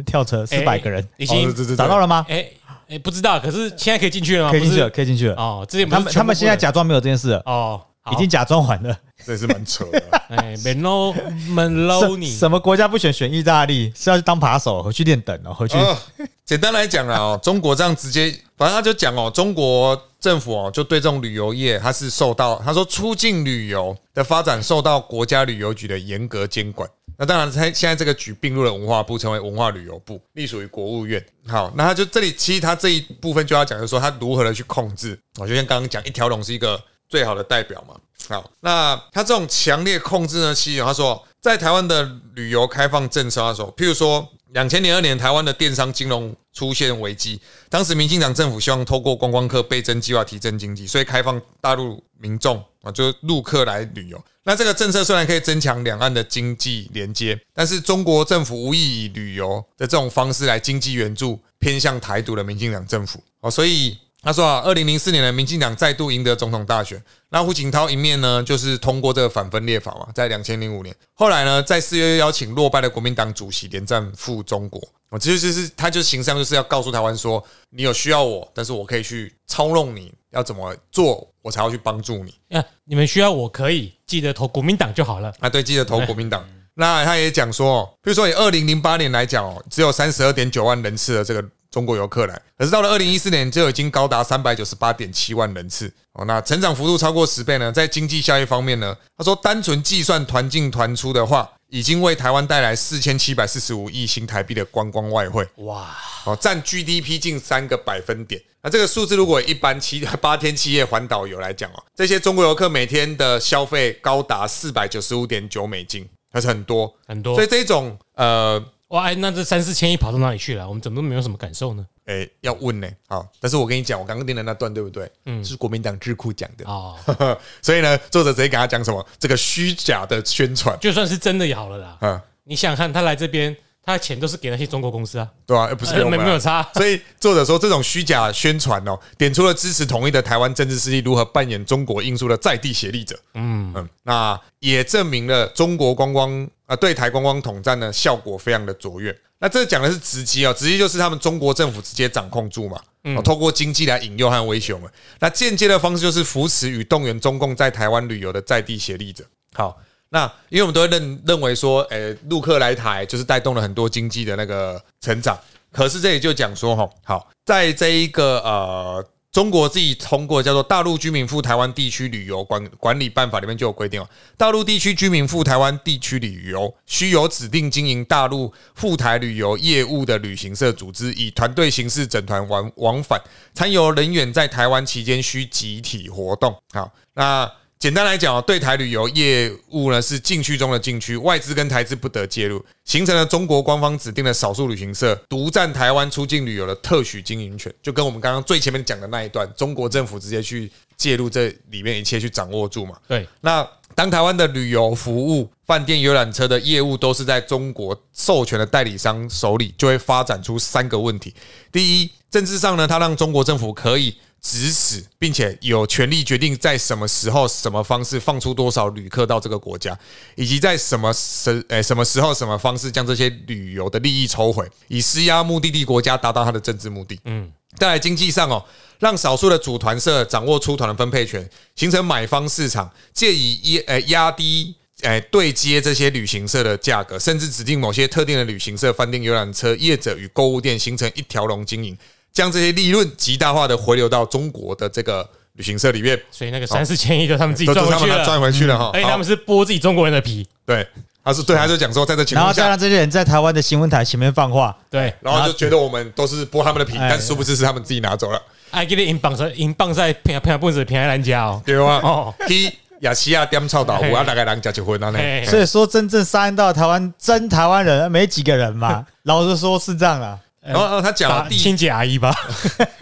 S3: 跳车，
S1: 哎
S3: 四百个人、
S1: 已
S2: 哦
S1: 经
S2: 对对对 (laughs)
S3: 找到了吗？
S1: 哎哎不知道，可是现在可以进去了吗？
S3: 可以进去
S1: 啊不
S3: 了，
S1: 是
S3: 可以进去了。
S1: 哦，之前不
S3: 他
S1: 是
S3: 们
S1: 全部
S3: 他们现在假装没有这件事了，
S1: 哦，好
S3: 已经假装完了。
S2: 真的是蛮扯的。啊
S1: 哎门
S3: (laughs)
S1: 喽门喽
S3: 什
S1: 你
S3: 什么国家不选选意大利？是要去当扒手，回去练等哦，回去。
S2: 哦简单来讲啦，哦，中国这样直接，反正他就讲哦，中国政府哦，就对这种旅游业，它是受到他说出境旅游的发展受到国家旅游局的严格监管。那当然，他现在这个局并入了文化部，成为文化旅游部，隶属于国务院。好，那他就这里，其实他这一部分就要讲，就是说他如何的去控制。我就像刚刚讲，一条龙是一个最好的代表嘛。好，那他这种强烈控制呢，其实他说在台湾的旅游开放政策，他说，譬如说两千零二年台湾的电商金融出现危机，当时民进党政府希望透过观光客倍增计划提振经济，所以开放大陆民众啊，就是陆客来旅游。那这个政策虽然可以增强两岸的经济连接，但是中国政府无意以旅游的这种方式来经济援助偏向台独的民进党政府哦，所以他说啊，二零零四年的民进党再度赢得总统大选，那胡锦涛一面呢，就是通过这个反分裂法嘛，在两千零五年，后来呢，在四月又邀请落败的国民党主席连战赴中国。我这就是他就是形象就是要告诉台湾说，你有需要我，但是我可以去操弄你，要怎么做我才要去帮助你。
S1: 啊，你们需要我可以记得投国民党就好了。
S2: 啊，对，记得投国民党。那他也讲说，比如说以二零零八年来讲哦，只有三十二点九万人次的这个中国游客来，可是到了二零一四年就已经高达三百九十八点七万人次哦，那成长幅度超过十倍呢。在经济效益方面呢，他说单纯计算团进团出的话，已经为台湾带来四千七百四十五亿新台币的观光外汇。
S1: 哇，
S2: 哦，占 GDP 近三个百分点。那这个数字如果一般七八天七夜环岛游来讲哦，这些中国游客每天的消费高达四百九十五点九美金，还是很多。
S1: 很多
S2: 所以这种呃，
S1: 哇，哎，那这三四千亿跑到哪里去了？我们怎么都没有什么感受呢？
S2: 诶、要问呢、好，但是我跟你讲，我刚刚念的那段对不对？嗯，是国民党智库讲的。
S1: 哦，
S2: (laughs) 所以呢，作者直接给他讲什么？这个虚假的宣传，
S1: (laughs) 就算是真的也好了啦。
S2: 嗯，
S1: 你想想看，他来这边，他的钱都是给那些中国公司啊，
S2: 对吧、啊？又不是给
S1: 呃
S2: 我
S1: 没
S2: 们啊、
S1: 没有差。
S2: (laughs) 所以作者说，这种虚假宣传哦，点出了支持统一的台湾政治势力如何扮演中国因素的在地协力者。嗯嗯，那也证明了中国观光啊、呃对台观光统战呢效果非常的卓越。那这讲的是直击哦，直击就是他们中国政府直接掌控住嘛，哦，透过经济来引诱和威胁我们。那间接的方式就是扶持与动员中共在台湾旅游的在地协力者。好，那因为我们都会认认为说，诶、陆客来台就是带动了很多经济的那个成长。可是这里就讲说，哈，好，在这一个呃。中国自己通过叫做《大陆居民赴台湾地区旅游管管理办法》里面就有规定哦，大陆地区居民赴台湾地区旅游，需由指定经营大陆赴台旅游业务的旅行社组织，以团队形式整团往往返，参游人员在台湾期间需集体活动。好，那简单来讲哦，对台旅游业务呢是禁区中的禁区，外资跟台资不得介入，形成了中国官方指定的少数旅行社独占台湾出境旅游的特许经营权，就跟我们刚刚最前面讲的那一段，中国政府直接去介入这里面一切去掌握住嘛。
S1: 对，
S2: 那当台湾的旅游服务、饭店、游览车的业务都是在中国授权的代理商手里，就会发展出三个问题：第一，政治上呢，它让中国政府可以指使，并且有权利决定在什么时候、什么方式放出多少旅客到这个国家，以及在什么时、呃什么时候、什么方式将这些旅游的利益抽回，以施压目的地国家，达到它的政治目的。嗯，再来经济上哦，让少数的组团社掌握出团的分配权，形成买方市场，借以压呃压低。呃对接这些旅行社的价格，甚至指定某些特定的旅行社、饭店、游览车业者与购物店形成一条龙经营，将这些利润极大化的回流到中国的这个旅行社里面，
S1: 所以那个三四千亿都他们自己
S2: 都
S1: 赚回
S2: 都他
S1: 去
S2: 们拿赚
S1: 了。嗯
S2: 回去了哈。
S1: 而且
S2: 好
S1: 他们是剥自己中国人的皮，
S2: 对，他是对，他就讲说，在这情
S3: 然后
S2: 况
S3: 再
S2: 下，
S3: 让这些人在台湾的新闻台前面放话，
S1: 对，
S2: 然后就觉得我们都是剥他们的皮，
S3: 哎
S2: 但殊不知是他们自己拿走了，
S1: 哎，给你银棒赛，银棒赛平平不止平安人家哦，
S2: 对吗？
S1: 哦，
S2: 去亚细亚点臭岛，
S1: 嘿
S2: 我要大概人家结婚了呢。
S1: 嘿
S3: 所以说真正上岸到台湾真台湾人没几个
S1: (laughs)
S3: 人嘛，老实说是这样啦。
S2: 然后然后哦他讲了
S1: 打
S2: 第
S1: 清洁阿姨吧，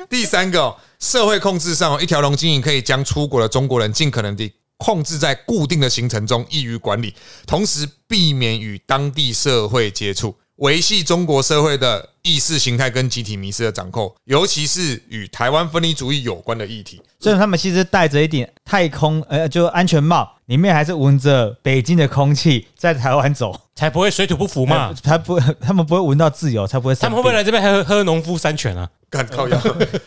S2: 第三个、哦，社会控制上、哦，一条龙经营可以将出国的中国人尽可能地控制在固定的行程中，易于管理，同时避免与当地社会接触，维系中国社会的意识形态跟集体迷失的掌控，尤其是与台湾分离主义有关的议题。
S3: 所以他们其实戴着一顶太空呃，就安全帽，里面还是闻着北京的空气，在台湾走，
S1: 才不会水土不服
S2: 哎
S1: 嘛。
S3: 才不他们不会闻到自由，才不会
S1: 他
S3: 生
S1: 们会
S3: 病
S1: 不会。来这边还喝喝农夫山泉啊？
S2: 干
S1: (laughs)
S2: 靠腰，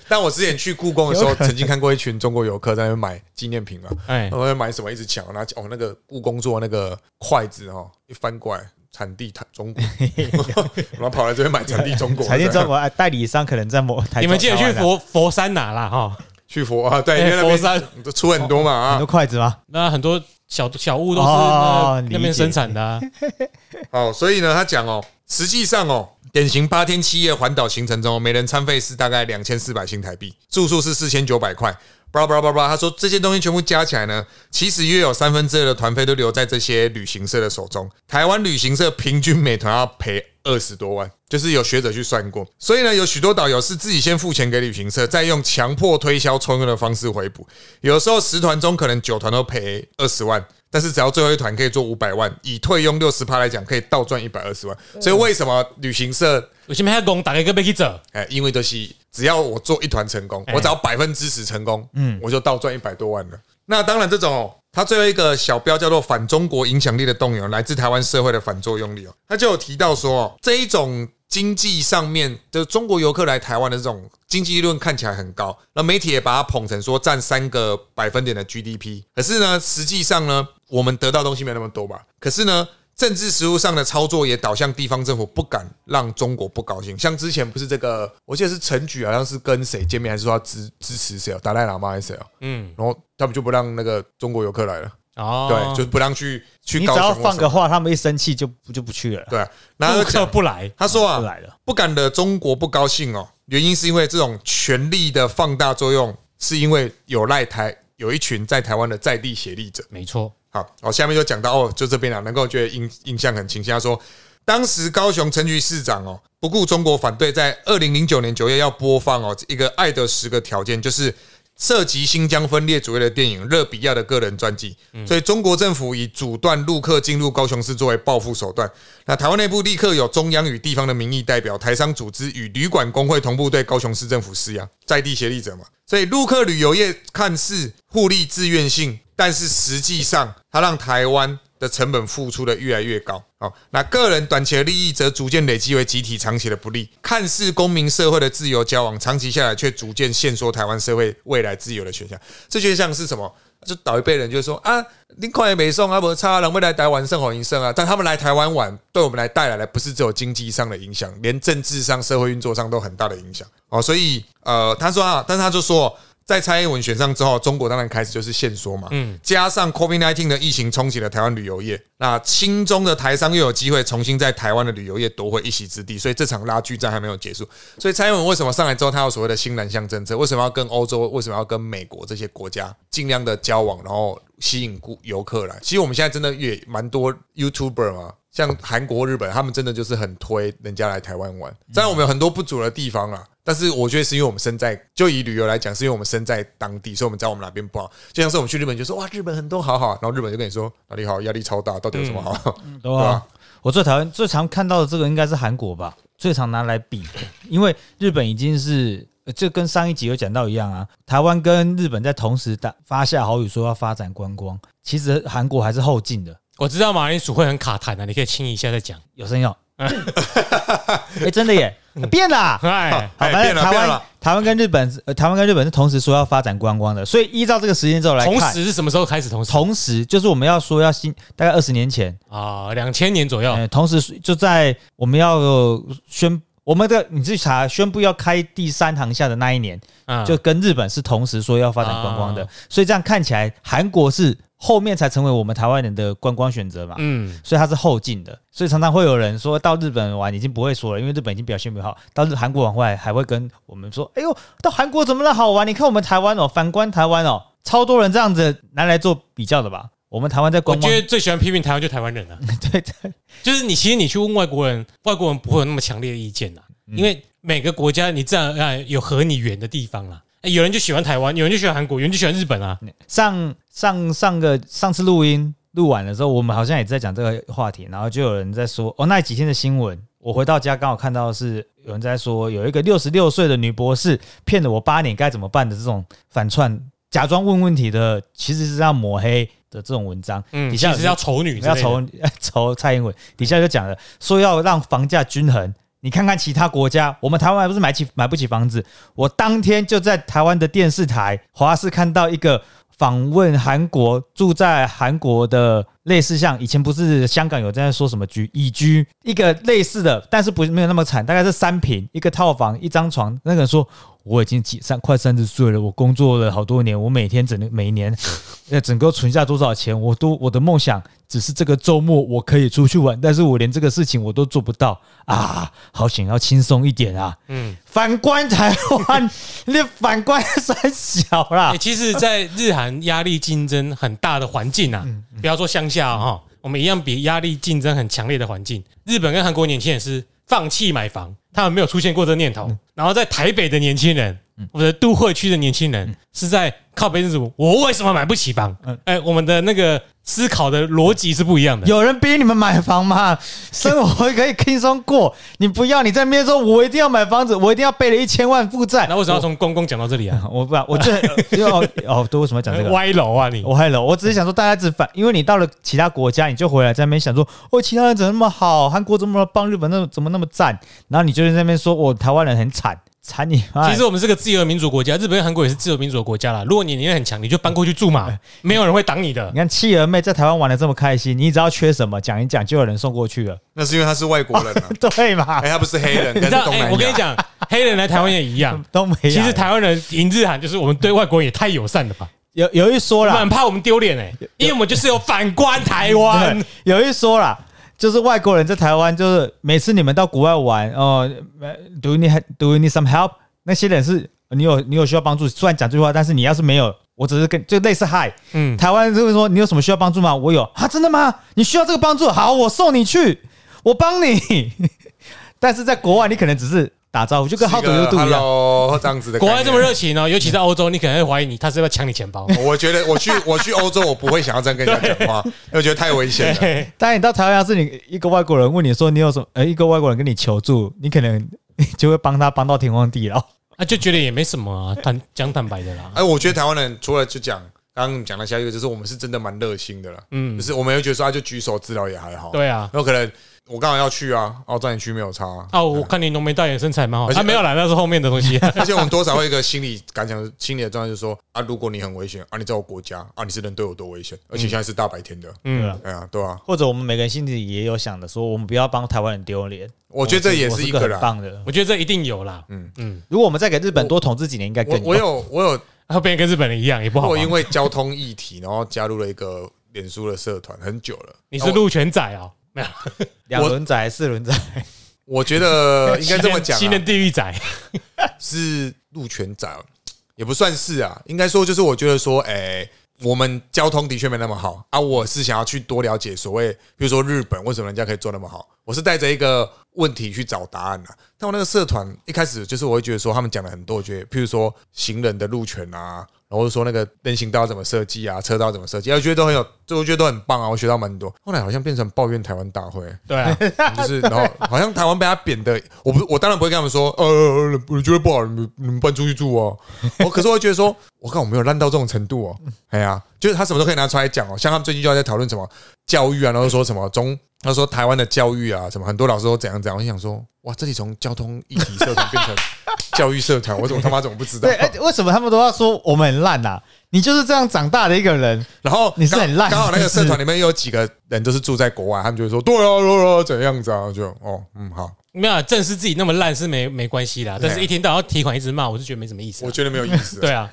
S2: 但我之前去故宫的时候，曾经看过一群中国游客在那边买纪念品嘛，
S1: 哎
S2: 他，们会买什么一直抢，拿哦那个故宫做那个筷子哦，一翻过来产地台中国， (laughs) 然后跑来这边买产地中国，
S3: 财经
S2: 这样
S3: 中国哎代理商可能在某台
S1: 你们记得去
S3: 台湾啊
S1: 佛佛山拿啦哈，
S2: 去佛啊，对，
S1: 哎
S2: 因为那边
S1: 佛山
S2: 都出很多嘛
S3: 很
S2: 啊
S3: 多，筷子吗？
S1: 那很多小小物都是
S3: 哦
S1: 那
S3: 理解
S1: 那边生产的啊。
S2: 哦，所以呢，他讲哦，实际上哦，典型八天七夜环岛行程中，每人餐费是大概两千四百新台币，住宿是四千九百块。巴拉巴拉巴拉，他说这些东西全部加起来呢，其实约有三分之二的团费都留在这些旅行社的手中。台湾旅行社平均每团要赔二十多万，就是有学者去算过。所以呢，有许多导游是自己先付钱给旅行社，再用强迫推销抽佣的方式回补。有时候十团中可能九团都赔二十万，但是只要最后一团可以做五百万，以退佣六十趴来讲，可以倒赚一百二十万。所以为什么旅行社？
S1: 我前面还讲打开个被记者，
S2: 哎，因为都是只要我做一团成功，我只要百分之十成功，嗯，我就倒赚一百多万了。那当然，这种哦，它最后一个小标叫做“反中国影响力的动员”，来自台湾社会的反作用力哦。他就有提到说，哦，这一种。经济上面的中国游客来台湾的这种经济利润看起来很高，那媒体也把它捧成说占三个百分点的 GDP，可是呢，实际上呢，我们得到东西没那么多吧？可是呢。政治实务上的操作也导向地方政府不敢让中国不高兴，像之前不是这个，我记得是陈举好像是跟谁见面，还是说要支支持谁哦，达赖喇嘛还是谁哦，
S1: 嗯，
S2: 然后他们就不让那个中国游客来了，
S1: 哦，
S2: 对，就不让去去
S3: 你
S2: 高
S3: 只
S2: 雄
S3: 要
S2: 或什么。
S3: 放个话，他们一生气就不就不去了，
S2: 对啊，然后
S1: 陆
S2: 他就
S1: 客
S2: 讲
S1: 不来，
S2: 他说
S3: 不
S2: 啊，
S3: 来了。
S2: 不敢惹中国不高兴哦，原因是因为这种权力的放大作用，是因为有赖台有一群在台湾的在地协力者。
S1: 没错，
S2: 好，哦，下面就讲到哦，就这边啊，能够觉得印印象很清晰。他说，当时高雄陈局市长哦，不顾中国反对，在二零零九年九月要播放哦一个《爱的十个条件》，就是涉及新疆分裂主义的电影《热比亚的个人传记》，所以中国政府以阻断陆客进入高雄市作为报复手段。那台湾内部立刻有中央与地方的民意代表、台商组织与旅馆工会同步对高雄市政府施压，在地协力者嘛。所以陆客旅游业看似互利自愿性，但是实际上它让台湾的成本付出的越来越高。哦，那个人短期的利益则逐渐累积为集体长期的不利。看似公民社会的自由交往，长期下来却逐渐限缩台湾社会未来自由的选项。这就像是什么？就倒一辈人就说啊，你快也没送啊，不差，人会来台湾胜好赢胜啊。但他们来台湾玩，对我们来带来的不是只有经济上的影响，连政治上、社会运作上都很大的影响。哦，所以呃，他说啊，但是他就说，在蔡英文选上之后，中国当然开始就是限缩嘛，嗯，加上 COVID-19 的疫情冲击了台湾旅游业，那亲中的台商又有机会重新在台湾的旅游业夺回一席之地，所以这场拉锯战还没有结束。所以蔡英文为什么上来之后，他有所谓的新南向政策？为什么要跟欧洲？为什么要跟美国这些国家尽量的交往，然后吸引顾游客来？其实我们现在真的也蛮多 YouTuber 嘛，像韩国、日本，他们真的就是很推人家来台湾玩。当然，我们有很多不足的地方啦。但是我觉得是因为我们身在，就以旅游来讲，是因为我们身在当地，所以我们知道我们哪边不好。就像是我们去日本，就说哇，日本很多好好，然后日本就跟你说哪里好，压力超大，到底有什么好？ (laughs)
S3: 对啊，我最讨厌、最常看到的这个应该是韩国吧，最常拿来比，因为日本已经是。呃这跟上一集有讲到一样啊，台湾跟日本在同时打发下豪语说要发展观光，其实韩国还是后进的，
S1: 我知道马铃薯会很卡痰的，你可以亲一下再讲。
S3: 有声音
S2: (laughs)
S3: 哦。哎，真的耶，变啦！
S1: 哎，
S3: 好，
S2: 哎
S3: 反
S2: 变
S3: 正
S2: 了
S3: 台
S2: 变
S3: 湾
S2: 了
S3: 台湾跟日本是，呃，台湾跟日本是同时说要发展观光的，所以依照这个时间轴来
S1: 同
S3: 看，
S1: 时是什么时候开始同时？
S3: 同时就是我们要说要新，大概二十年前，
S1: 啊，两千年左右，
S3: 呃，同时就在我们要呃宣我们的你去查宣布要开第三航线的那一年，
S1: 嗯
S3: 就跟日本是同时说要发展观光的
S1: 啊，
S3: 所以这样看起来，韩国是后面才成为我们台湾人的观光选择嘛。
S1: 嗯，
S3: 所以它是后进的，所以常常会有人说到日本玩已经不会说了，因为日本已经表现不好。到日韩国玩回来还会跟我们说：“哎呦，到韩国怎么那好玩？你看我们台湾哦，反观台湾哦，超多人这样子拿来做比较的吧。”我们台湾在
S1: 我
S3: 观
S1: 觉
S3: 光，
S1: 得最喜欢批评台湾就台湾
S3: (laughs)
S1: 人啊，
S3: 对对，
S1: 就是你其实你去问外国人，外国人不会有那么强烈的意见啦，啊
S3: 嗯
S1: 因为每个国家你自然而然有和你缘的地方啦。哎有人就喜欢台湾，有人就喜欢韩国，有人就喜欢日本
S3: 嗯
S1: 啊。
S3: 上上上个上次录音录完的时候，我们好像也在讲这个话题，然后就有人在说哦，那几天的新闻，我回到家刚好看到的是有人在说有一个六十六岁的女博士骗了我八年，该怎么办的这种反串，假装问问题的，其实是要抹黑的这种文章，
S1: 嗯，
S3: 底下
S1: 其实要丑女之类
S3: 要
S1: 的，
S3: 仇 (laughs) 仇蔡英文，底下就讲了说要让房价均衡。你看看其他国家，我们台湾还不是买起买不起房子？我当天就在台湾的电视台华视看到一个访问韩国住在韩国的类似像以前不是香港有在说什么居以居一个类似的，但是不是没有那么惨，大概是三平一个套房一张床。那个人说我已经几三快三十岁了，我工作了好多年，我每天整个每年那整个存下多少钱，我都我的梦想只是这个周末我可以出去玩，但是我连这个事情我都做不到啊！好想要轻松一点啊！
S1: 嗯，
S3: 反观台湾， (laughs) 你反观三小啦
S1: (laughs) 欸、，其实，在日韩压力竞争很大的环境啊，
S3: 嗯
S1: 不要说乡下啊哈、我们一样比压力竞争很强烈的环境。日本跟
S3: 嗯
S1: 韩国年轻人是放弃买房，他们没有出现过这念头。然后在台北的年轻人，我们的都会区的年轻
S3: 嗯
S1: 人是在靠北是什么？我为什么买不起房？哎，我们的那个思考的逻辑是不一样的。
S3: 有人逼你们买
S1: (laughs)
S3: 房吗？生活可以轻松过，你不要你在那边说，我一定要买房子，我一定要背了一千万负债。
S1: 那为什么要从公公讲到这里啊？
S3: 我不知道，我这因为哦哦，对，为什么要嗯讲这个？
S1: (laughs) 歪楼啊你！
S3: 我害了，我只是想说，大家只反，因为你到了其他国家，你就回来在那边想说，哦，其他人怎么那么好，韩国怎么棒，日本那怎么那么赞，然后你就在那边说，我、台湾人很惨，惨你妈！
S1: 其实我们是个自由民主国家，日本跟韩国也是自由民主的国家啦。如果你能力很强，你就搬过去住
S3: 哎
S1: 嘛，没有人会挡你的
S3: 你。看妻儿妹在台湾玩的这么开心，你只要缺什么讲一讲，就有人送过去了， (laughs)
S2: 那是因为他是外国
S1: (laughs)
S2: 人啊，
S3: 对嘛
S2: 哎，？他不是黑人，
S1: 你知
S2: 他是
S1: 道？
S2: 东
S1: 哎，
S2: 南
S1: 我跟你
S2: 亚。
S1: 讲，黑人来台湾也
S2: (laughs)
S1: 一样。
S3: 都没有。
S1: 其实台湾人迎日韩，就是我们对外国人也太友善了吧？
S3: 有有一说
S1: 我们
S3: 啦
S1: 很，怕我们丢脸哎，因为我们就是有反观台湾
S3: 对，，
S2: 嗯
S3: 有一说啦，就是外国人在台湾，就是每次你们到国外玩，哦、d o you need do you need some help？那些人是你有你有需要帮助，虽然讲这句话，但是你要是没有，我只是跟就类似 hi，
S1: 嗯，
S3: 台湾就会说你有什么需要帮助吗？我有啊，真的吗？你需要这个帮助，好，我送你去，我帮你。 (laughs) 但是在国外，你可能只是打招呼，就跟好赌又赌一样。
S2: Hello，这样子的。
S1: 国外这么，热情哦，尤其在欧洲，你可能会怀疑你他是不是要抢你钱
S2: (laughs)
S1: 包。
S2: 我觉得我去我去欧洲，我不会想要这样跟人家
S3: (laughs)
S2: 讲话，因为我觉得太危险了。
S1: 对，
S3: 但你到台湾，要是你一个外国人问你说你有什么，呃，一个外国人跟你求助，你可能 (laughs) 就会帮他帮到天荒地老。
S1: (laughs) 啊，就觉得也没什么啊，坦讲坦白的啦。
S2: 哎，我觉得台湾人除了就讲刚刚你讲的下一个，就是我们是真的蛮热心的啦。
S1: 嗯
S2: 就，是我们会觉得说，啊，就举手治疗也还好。，
S1: 对啊，
S2: 有可能我刚好要去啊，哦，专你去没有差啊。
S1: 啊，我看你浓眉大眼，身材蛮好。
S2: 而且
S1: 啊，没有啦，那是后面的东西。啊
S2: (laughs) 而且我们多少会有一个心理感想，心理的状态就是说啊，如果你很危险啊，你在我国家啊，你是能对我多危险？而且现在是大白天的，
S1: 嗯，
S2: 哎呀，对啊，
S3: 或者我们每个人心里也有想的，说我们不要帮台湾人丢脸。哦
S2: 我觉得这也
S3: 我
S2: 是
S3: 是
S2: 一
S3: 个
S2: 个
S3: 很
S2: 啦。
S3: 棒的。
S1: 我觉得这一定有啦。嗯
S2: 嗯
S1: 嗯，
S3: 如果我们再给日本多统治几年，应该
S2: 我
S3: 更
S2: 我有我有
S1: 啊后边跟日本人一样也不好
S2: 我
S1: 吧。
S2: 因为交通议题，然后加入了一个脸书的社团，很久了。
S1: 你是
S2: 啊
S1: 鹿泉仔哦，没有，
S3: 两轮仔、四轮仔，
S2: 我我觉得应该这么
S1: (laughs)
S2: 讲啊、
S1: 新人地狱仔。
S2: 是鹿泉仔，也不算是啊，应该说就是我觉得说，哎、我们交通的确没那么好啊，我是想要去多了解所谓，比如说日本为什么人家可以做那么好，我是带着一个问题去找答案的、啊。但我那个社团一开始就是我会觉得说，他们讲了很多，我觉得譬如说行人的路权啊，然后说那个人行道怎么设计啊，车道怎么设计，啊我觉得都很有，就我觉得都很棒啊，我学到蛮多。后来好像变成抱怨台湾大会，
S1: 对啊，
S2: 就是，然后好像台湾被他贬的，我不，我当然不会跟他们说，呃，呃我觉得不好，你们你们搬出去住哦。我可是我会觉得说，我靠，我没有烂到这种程度哦。哎呀，就是他什么都可以拿出来讲哦，像他们最近就在讨论什么教育啊，然后说什么中，他说台湾的教育啊，什么很多老师都怎样怎样。我就想说，哇，这里从交通议题社团变成 (laughs) 教育社团，我怎么他妈怎么不知道
S3: 对，？哎而且为什么他们都要说我们很烂呐、你就是这样长大的一个人，
S2: 然后
S3: 你是很烂
S2: 刚刚好那
S3: 是
S2: 个
S3: 不是
S2: 社团里面有几个人都是住在国外，他们就会说，对啊，对啊，怎样子啊，就哦，嗯，好，
S1: 没有啊，正视自己那么烂是没没关系啦，但是一天到晚要提款一直骂，我是觉得没什么意思啊
S2: 啊我。觉得没有意思。
S1: (laughs) 对啊，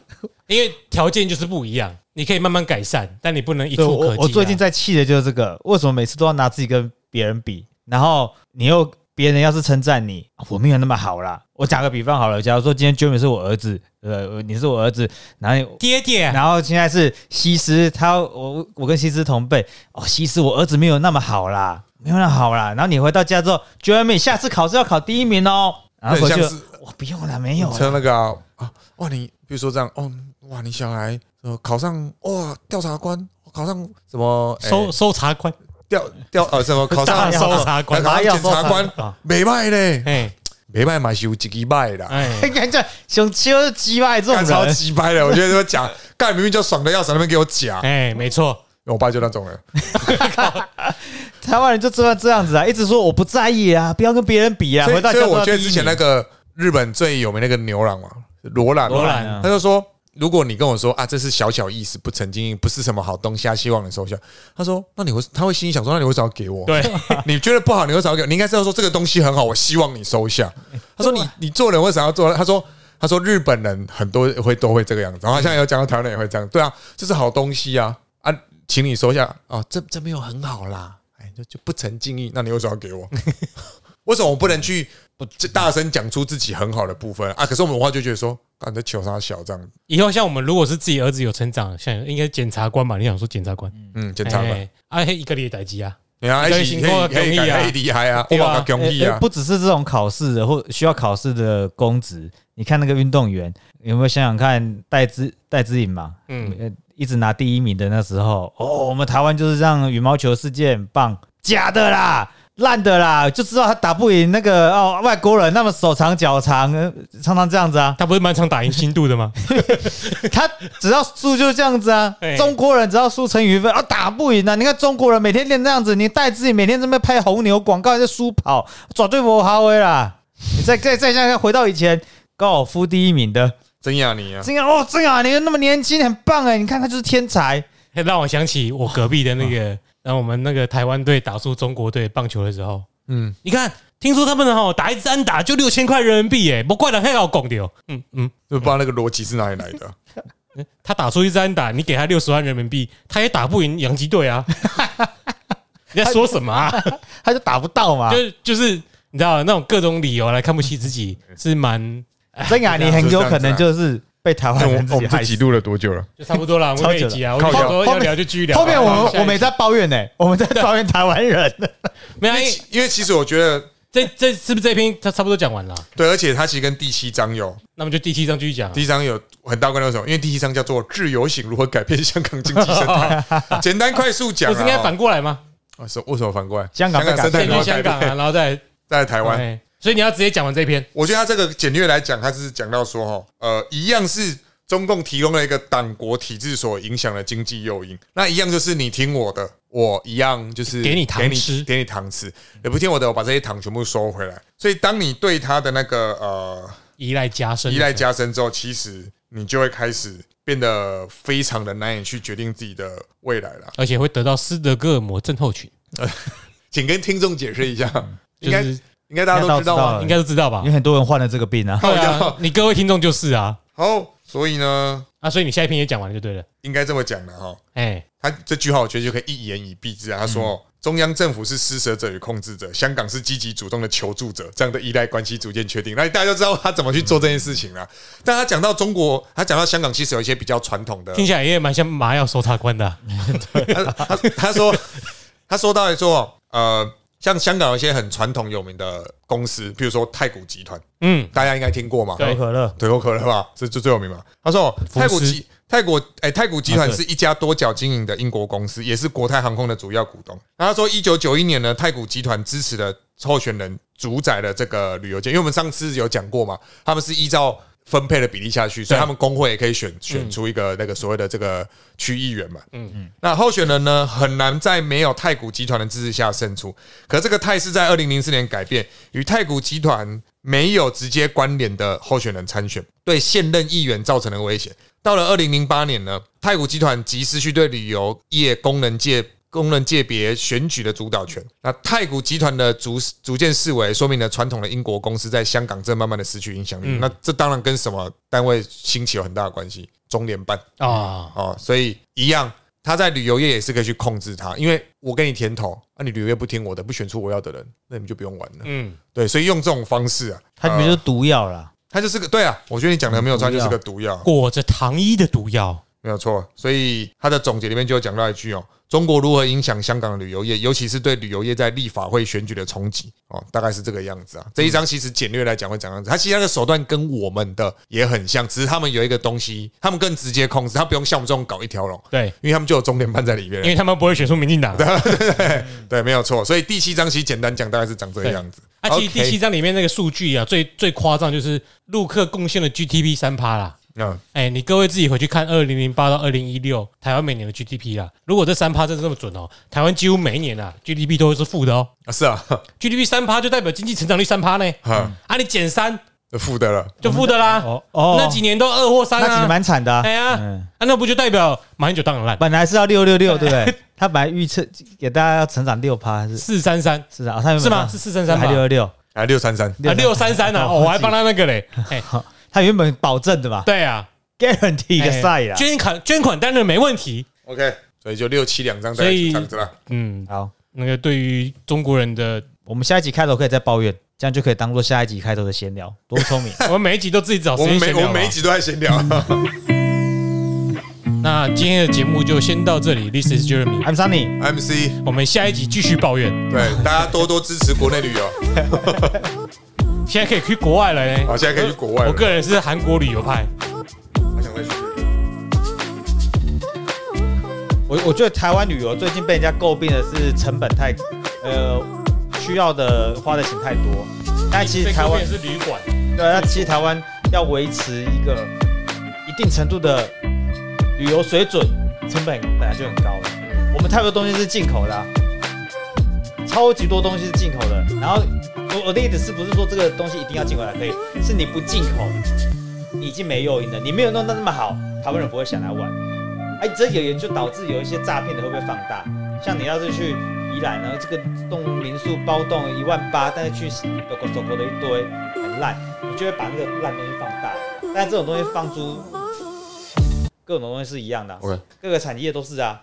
S1: 因为条件就是不一样，你可以慢慢改善，但你不能一
S3: 对
S1: 触可
S3: 我
S1: 及啊。
S3: 我最近在气的就是这个，为什么每次都要拿自己跟别人比？然后你又别人要是称赞你，我没有那么好啦。我打个比方好了，假如说今天 Jimmy 是我儿子，呃，你是我儿子，然后
S1: 爹爹，啊
S3: 然后现在是西施，他我我跟西施同辈，哦，西施我儿子没有那么好啦，没有那么好啦。然后你回到家之后，Jeremy 下次考试要考第一名哦，然后回去
S2: 那很像是
S3: 我不用了，没有
S2: 车
S3: 了，
S2: 那个啊，啊哇，你比如说这样，哦，哇，你小孩呃考上哇调查官，考上什么哎
S1: 搜搜查官，
S2: 调调呃
S3: (laughs)
S2: 什么考
S1: 大
S2: 上
S1: 搜查官
S2: 考，上检察官
S3: 大搜查啊，
S2: 没卖嘞，
S1: 哎
S2: 没卖嘛是有几几卖啦，
S1: 哎，
S2: (laughs)
S3: (laughs) 看这熊就是击败这种
S2: 干超
S3: 人，
S2: 鸡掰的，我觉得这么讲， (laughs) 干明明就爽的要死，那边给我讲，
S1: 哎，没错，
S2: 我爸就那种人，
S3: 台湾人就这样这样子啊，一直说我不在意啊，不要跟别人比啊。
S2: 所
S3: 回
S2: 以
S3: 到
S2: 所
S3: 家
S2: 以
S3: 都要
S2: 我觉得
S3: 第一
S2: 之前那
S3: 名
S2: 个日本最有名那个牛郎嘛，罗兰嘛，
S1: 罗兰
S3: 啊
S2: 他就说，如果你跟我说啊，这是小小意思，不曾经意，不是什么好东西啊，希望你收下。他说，那你会，他会心里想说，那你为什么要给我？
S1: 对， (laughs)
S2: (laughs) 你觉得不好，你为什么要给我？你应该是要说这个东西很好，我希望你
S1: (laughs)
S2: 收下。他说你
S1: 啊
S2: 你做人为什么要做？他说。他说：“日本人很多会都会这个样子，然后好像有讲到台湾人也会这样，对啊，这是好东西啊啊，请你收下啊，这这没有很好啦，哎，就就不曾敬意，那你为什么要给我？ (laughs) 为什么我不能去这大声讲出自己很好的部分啊？可是我们文化就觉得说，啊，你在求他小这样，
S1: 以后像我们如果是自己儿子有成长，像应该检察官吧？你想说检察官？
S2: 嗯，检察官，
S1: 哎哎，啊，嘿一个礼拜代机啊，
S2: 你看，
S1: 你
S2: 可
S1: 可以
S2: 以
S1: 行
S2: 可
S1: 过
S2: 以可
S1: 容
S2: 以
S1: 易啊
S2: 可以厉害啊，
S1: 对吧
S2: 哇，容易
S3: 欸
S2: 啊
S3: 欸，不只是这种考试的或需要考试的公职，你看那个运动员有没有想想看戴资戴资颖嘛？
S1: 嗯，，
S3: 呃，一直拿第一名的那时候，哦，我们台湾就是这样，羽毛球世界很棒，假的啦，烂的啦，就知道他打不赢那个哦外国人，那么手长脚长，呃常常这样子啊
S1: 他不是蛮常打赢新度的吗？ (laughs)
S3: 他只要输就是这样子啊
S1: 对。
S3: 中国人只要输成语分啊，打不赢啊，你看中国人每天练这样子，你戴资颖每天这边拍红牛广告就输跑，绝对不好威啦。你再再再想想看，回到以前高尔夫第一名的，
S2: 真亚你
S1: 哎
S2: 啊，
S3: 这样哦，这样啊，你那么年轻，很棒哎，你看他就是天才。
S1: 嘿让我想起我隔壁的那
S2: (laughs) 啊
S1: 个，然后我们那个台湾队打输中国队棒球的时候，
S2: 嗯，
S1: 你看，听说他们哈打一支安打就六千块人民币，哎，不怪人黑老拱掉。嗯嗯，
S2: 就不知道那个逻辑是哪里来的。
S1: 他打出一支安打，你给他六十万人民币，他也打不赢洋基队 (laughs) 啊！你在说什么啊？
S3: 他就打不到嘛。
S1: 就就是你知道那种各种理由来看不起自己，是蛮
S3: (laughs) 真雅你很有可能就是被台湾
S2: 那我
S3: 人
S2: 们
S3: 自
S2: 我
S3: 己
S1: 啊
S2: 们这
S3: 害
S2: 集
S3: 死。
S2: 录了多久了？
S1: 就差不多 (laughs) 了。我们
S3: 超
S1: 可
S3: 久
S1: 以
S3: 了
S1: 集啊，我
S2: 靠
S1: 跟你
S2: 腰
S1: 说
S3: 后
S1: 要聊就继续聊。啊
S3: 后面我们我们也
S1: 没
S3: 在抱怨呢、我们在抱怨台湾 (laughs) 人。
S1: 没有，因为哎
S2: 因为其实我觉得，
S1: 这这是不是这篇他差不多讲完了？
S2: 对，而且它其实跟第七章有
S1: 那么就第七章继续讲啊。
S2: 第一章有很大关系，为什么？因为第一章叫做“自由行如何改变香港经济生
S3: (laughs)
S2: 态”，简单快速讲
S1: 不
S2: 啊。
S1: 是应该反过来吗？
S2: 啊？是为什么反过来？
S3: 香港被
S2: 香港生态
S3: 改
S1: 先
S3: 变
S2: 如
S1: 去
S2: 何
S1: 香
S2: 改
S1: 港啊，
S2: 变？
S1: 然后再
S2: 在台湾，
S1: 哎所以你要直接讲完这篇。
S2: 我觉得他这个简略来讲，他是讲到说哈，呃，一样是中共提供了一个党国体制所影响的经济诱因，那一样就是你听我的，我一样就是
S1: 给你糖吃
S2: 给你糖吃，也不听我的，我把这些糖全部收回来。所以当你对他的那个呃
S1: 依赖加深，
S2: 依赖加深之后，其实你就会开始变得非常的难以去决定自己的未来了。
S1: 而且会得到斯德哥尔摩症候群，
S2: 请跟听众解释一下，应
S1: 就
S2: 该哎
S1: 是
S2: 应该大家都知道
S3: 应该都知道
S2: 吧
S3: 了？
S1: 应该都知道吧
S3: 有？很多人患了这个病啊，
S1: 对
S2: 靠
S1: 啊
S2: 腰，
S1: 你各位听众就是啊，
S2: 好，所以呢，
S1: 啊，所以你下一篇也讲完了就对了。
S2: 应该这么讲的哈。
S1: 哎，
S2: 他这句话我觉得就可以一言以蔽之啊。他说、中央政府是施舍者与控制者，香港是积极主动的求助者，这样的依赖关系逐渐确定。那大家就知道他怎么去做这件事情了。但他讲到中国，他讲到香港，其实有一些比较传
S1: (laughs)
S2: 统的
S1: 听起来也蛮像麻药搜查官的啊。
S2: 他他他说他说到说呃，像香港有一些很传统有名的公司，比如说太古集团，
S1: 嗯，
S2: 大家应该听过嘛，
S1: 对
S3: 可口可乐。
S2: 可口可乐吧，这这最有名嘛。他说
S1: 福斯
S2: 太古集泰国哎、太古集团
S3: 啊对
S2: 是一家多角经营的英国公司，也是国泰航空的主要股东。然后他说，一九九一年呢，太古集团支持的候选人主宰了这个旅游界，因为我们上次有讲过嘛，他们是依照。分配的比例下去，所以他们工会也可以选选出一个那个所谓的这个区议员嘛。嗯嗯。那候选人呢，很难在没有太古集团的支持下胜出。可这个态势在二零零四年改变，与太古集团没有直接关联的候选人参选，对现任议员造成了威胁。到了二零零八年呢，太古集团即失去对旅游业功能界功能界别选举的主导权。那太古集团的逐逐渐视为，说明了传统的英国公司在香港正慢慢的失去影响力。那这当然跟什么单位兴起有很大的关系，中联办
S1: 啊，
S2: 哦，所以一样。他在旅游业也是可以去控制它，因为我给你甜头，啊，你旅游业不听我的，不选出我要的人，那你们就不用玩了。
S1: 嗯，
S2: 对，所以用这种方式啊，
S3: 它里面就是毒药啦，
S2: 它就是个对啊，我觉得你讲的没有错，它就
S3: 毒药
S2: 是个毒药。
S1: 裹着糖衣的毒药，
S2: 没有错，所以他的总结里面就有讲到一句哦，中国如何影响香港的旅游业，尤其是对旅游业在立法会选举的冲击哦，大概是这个样子啊。这一章其实简略来讲会讲这样子，他其实他的手段跟我们的也很像，只是他们有一个东西，他们更直接控制，他不用像我们这种搞一条龙，
S1: 对，
S2: 因为他们就有中联办在里面
S1: 因为
S2: 了。
S1: 他们不会选出民进党。啊
S2: 对，没有错。所以第七章其实简单讲，大概是长这个样子。
S1: 啊，其实第
S2: OK，
S1: 七章里面那个数据啊，最最夸张就是陆客贡献了 GDP 三趴啦。
S2: 嗯，
S1: 哎、你各位自己回去看二零零八到二零一六台湾每年的 GDP 啦。如果这三趴真的这么准哦，台湾几乎每一年啊 GDP 都会是负的哦。
S2: 啊 (laughs) 是啊，
S1: GDP 三趴就代表经济成长率三趴呢，
S2: 哈，
S1: 啊，你减三
S2: 负的了，
S1: 就负的啦。
S3: 哦哦
S1: 那几年都二或三
S3: 那其实
S1: 啊，
S3: 蛮惨的、啊
S1: 哎。呀，
S3: 嗯
S1: 啊，那不就代表马英九当然烂，
S3: 本来是要六六六，对不
S1: (laughs)
S3: 对？他本来预测给大家要成长六趴，还是
S1: 四三三
S3: 是啊，他原本
S1: 是吗？是四三三吧
S3: 还？六六
S2: 啊六三三，
S1: 啊，六三三啊，哦我还帮他那个
S3: (laughs)
S1: 嘞，哎，
S3: 六，他原本保证的嘛
S1: 对啊，
S3: ，guarantee 一个啊
S1: 哎
S3: side 啦。
S1: 捐款捐款当然没问题，
S2: OK，所以就六七两张，大概
S1: 所以
S2: 是这样子了。
S1: 嗯，
S3: 好，
S1: 那个对于中国人的，
S3: 我们下一集开头可以再抱怨，这样就可以当做下一集开头的闲聊，
S1: (laughs)
S3: 多聪明。
S1: 我们每一集都自己找时
S2: 我
S1: 间
S2: (laughs) 们每
S1: 闲
S2: 我
S1: 聊
S2: 们
S1: 吧
S2: 每一集都在闲聊。
S1: 那今天的节目就先到这里，This is Jeremy，
S3: I'm Sunny。
S2: MC，
S1: 我们下一集继续抱怨，
S2: 对，大家多多支持国内旅游。
S1: 现在可以去国外了、欸，
S2: 好，现在可以去国外了。
S1: 我个人是韩国旅游派。
S2: 好想再去日本。
S3: 我我觉得台湾旅游最近被人家诟病的是成本太，呃，需要的花的钱太多。但其实台湾
S1: 也是旅馆，
S3: 对啊，那其实台湾要维持一个一定程度的旅游水准，成本本来就很高了。我们太多东西是进口的啊、超级多东西是进口的。然后我我的意思是不是说这个东西一定要进口才可以？是你不进口，你已经没诱因了，你没有弄到那么好，台湾人不会想来玩。哎，这也也就导致有一些诈骗的会不会放大？像你要是去宜兰，然后这个栋民宿包栋一万八，但是去狗狗手狗的一堆很烂，你就会把那个烂东西放大。但这种东西放出，各种东西是一样的啊、
S2: OK，
S3: 各个产业都是啊。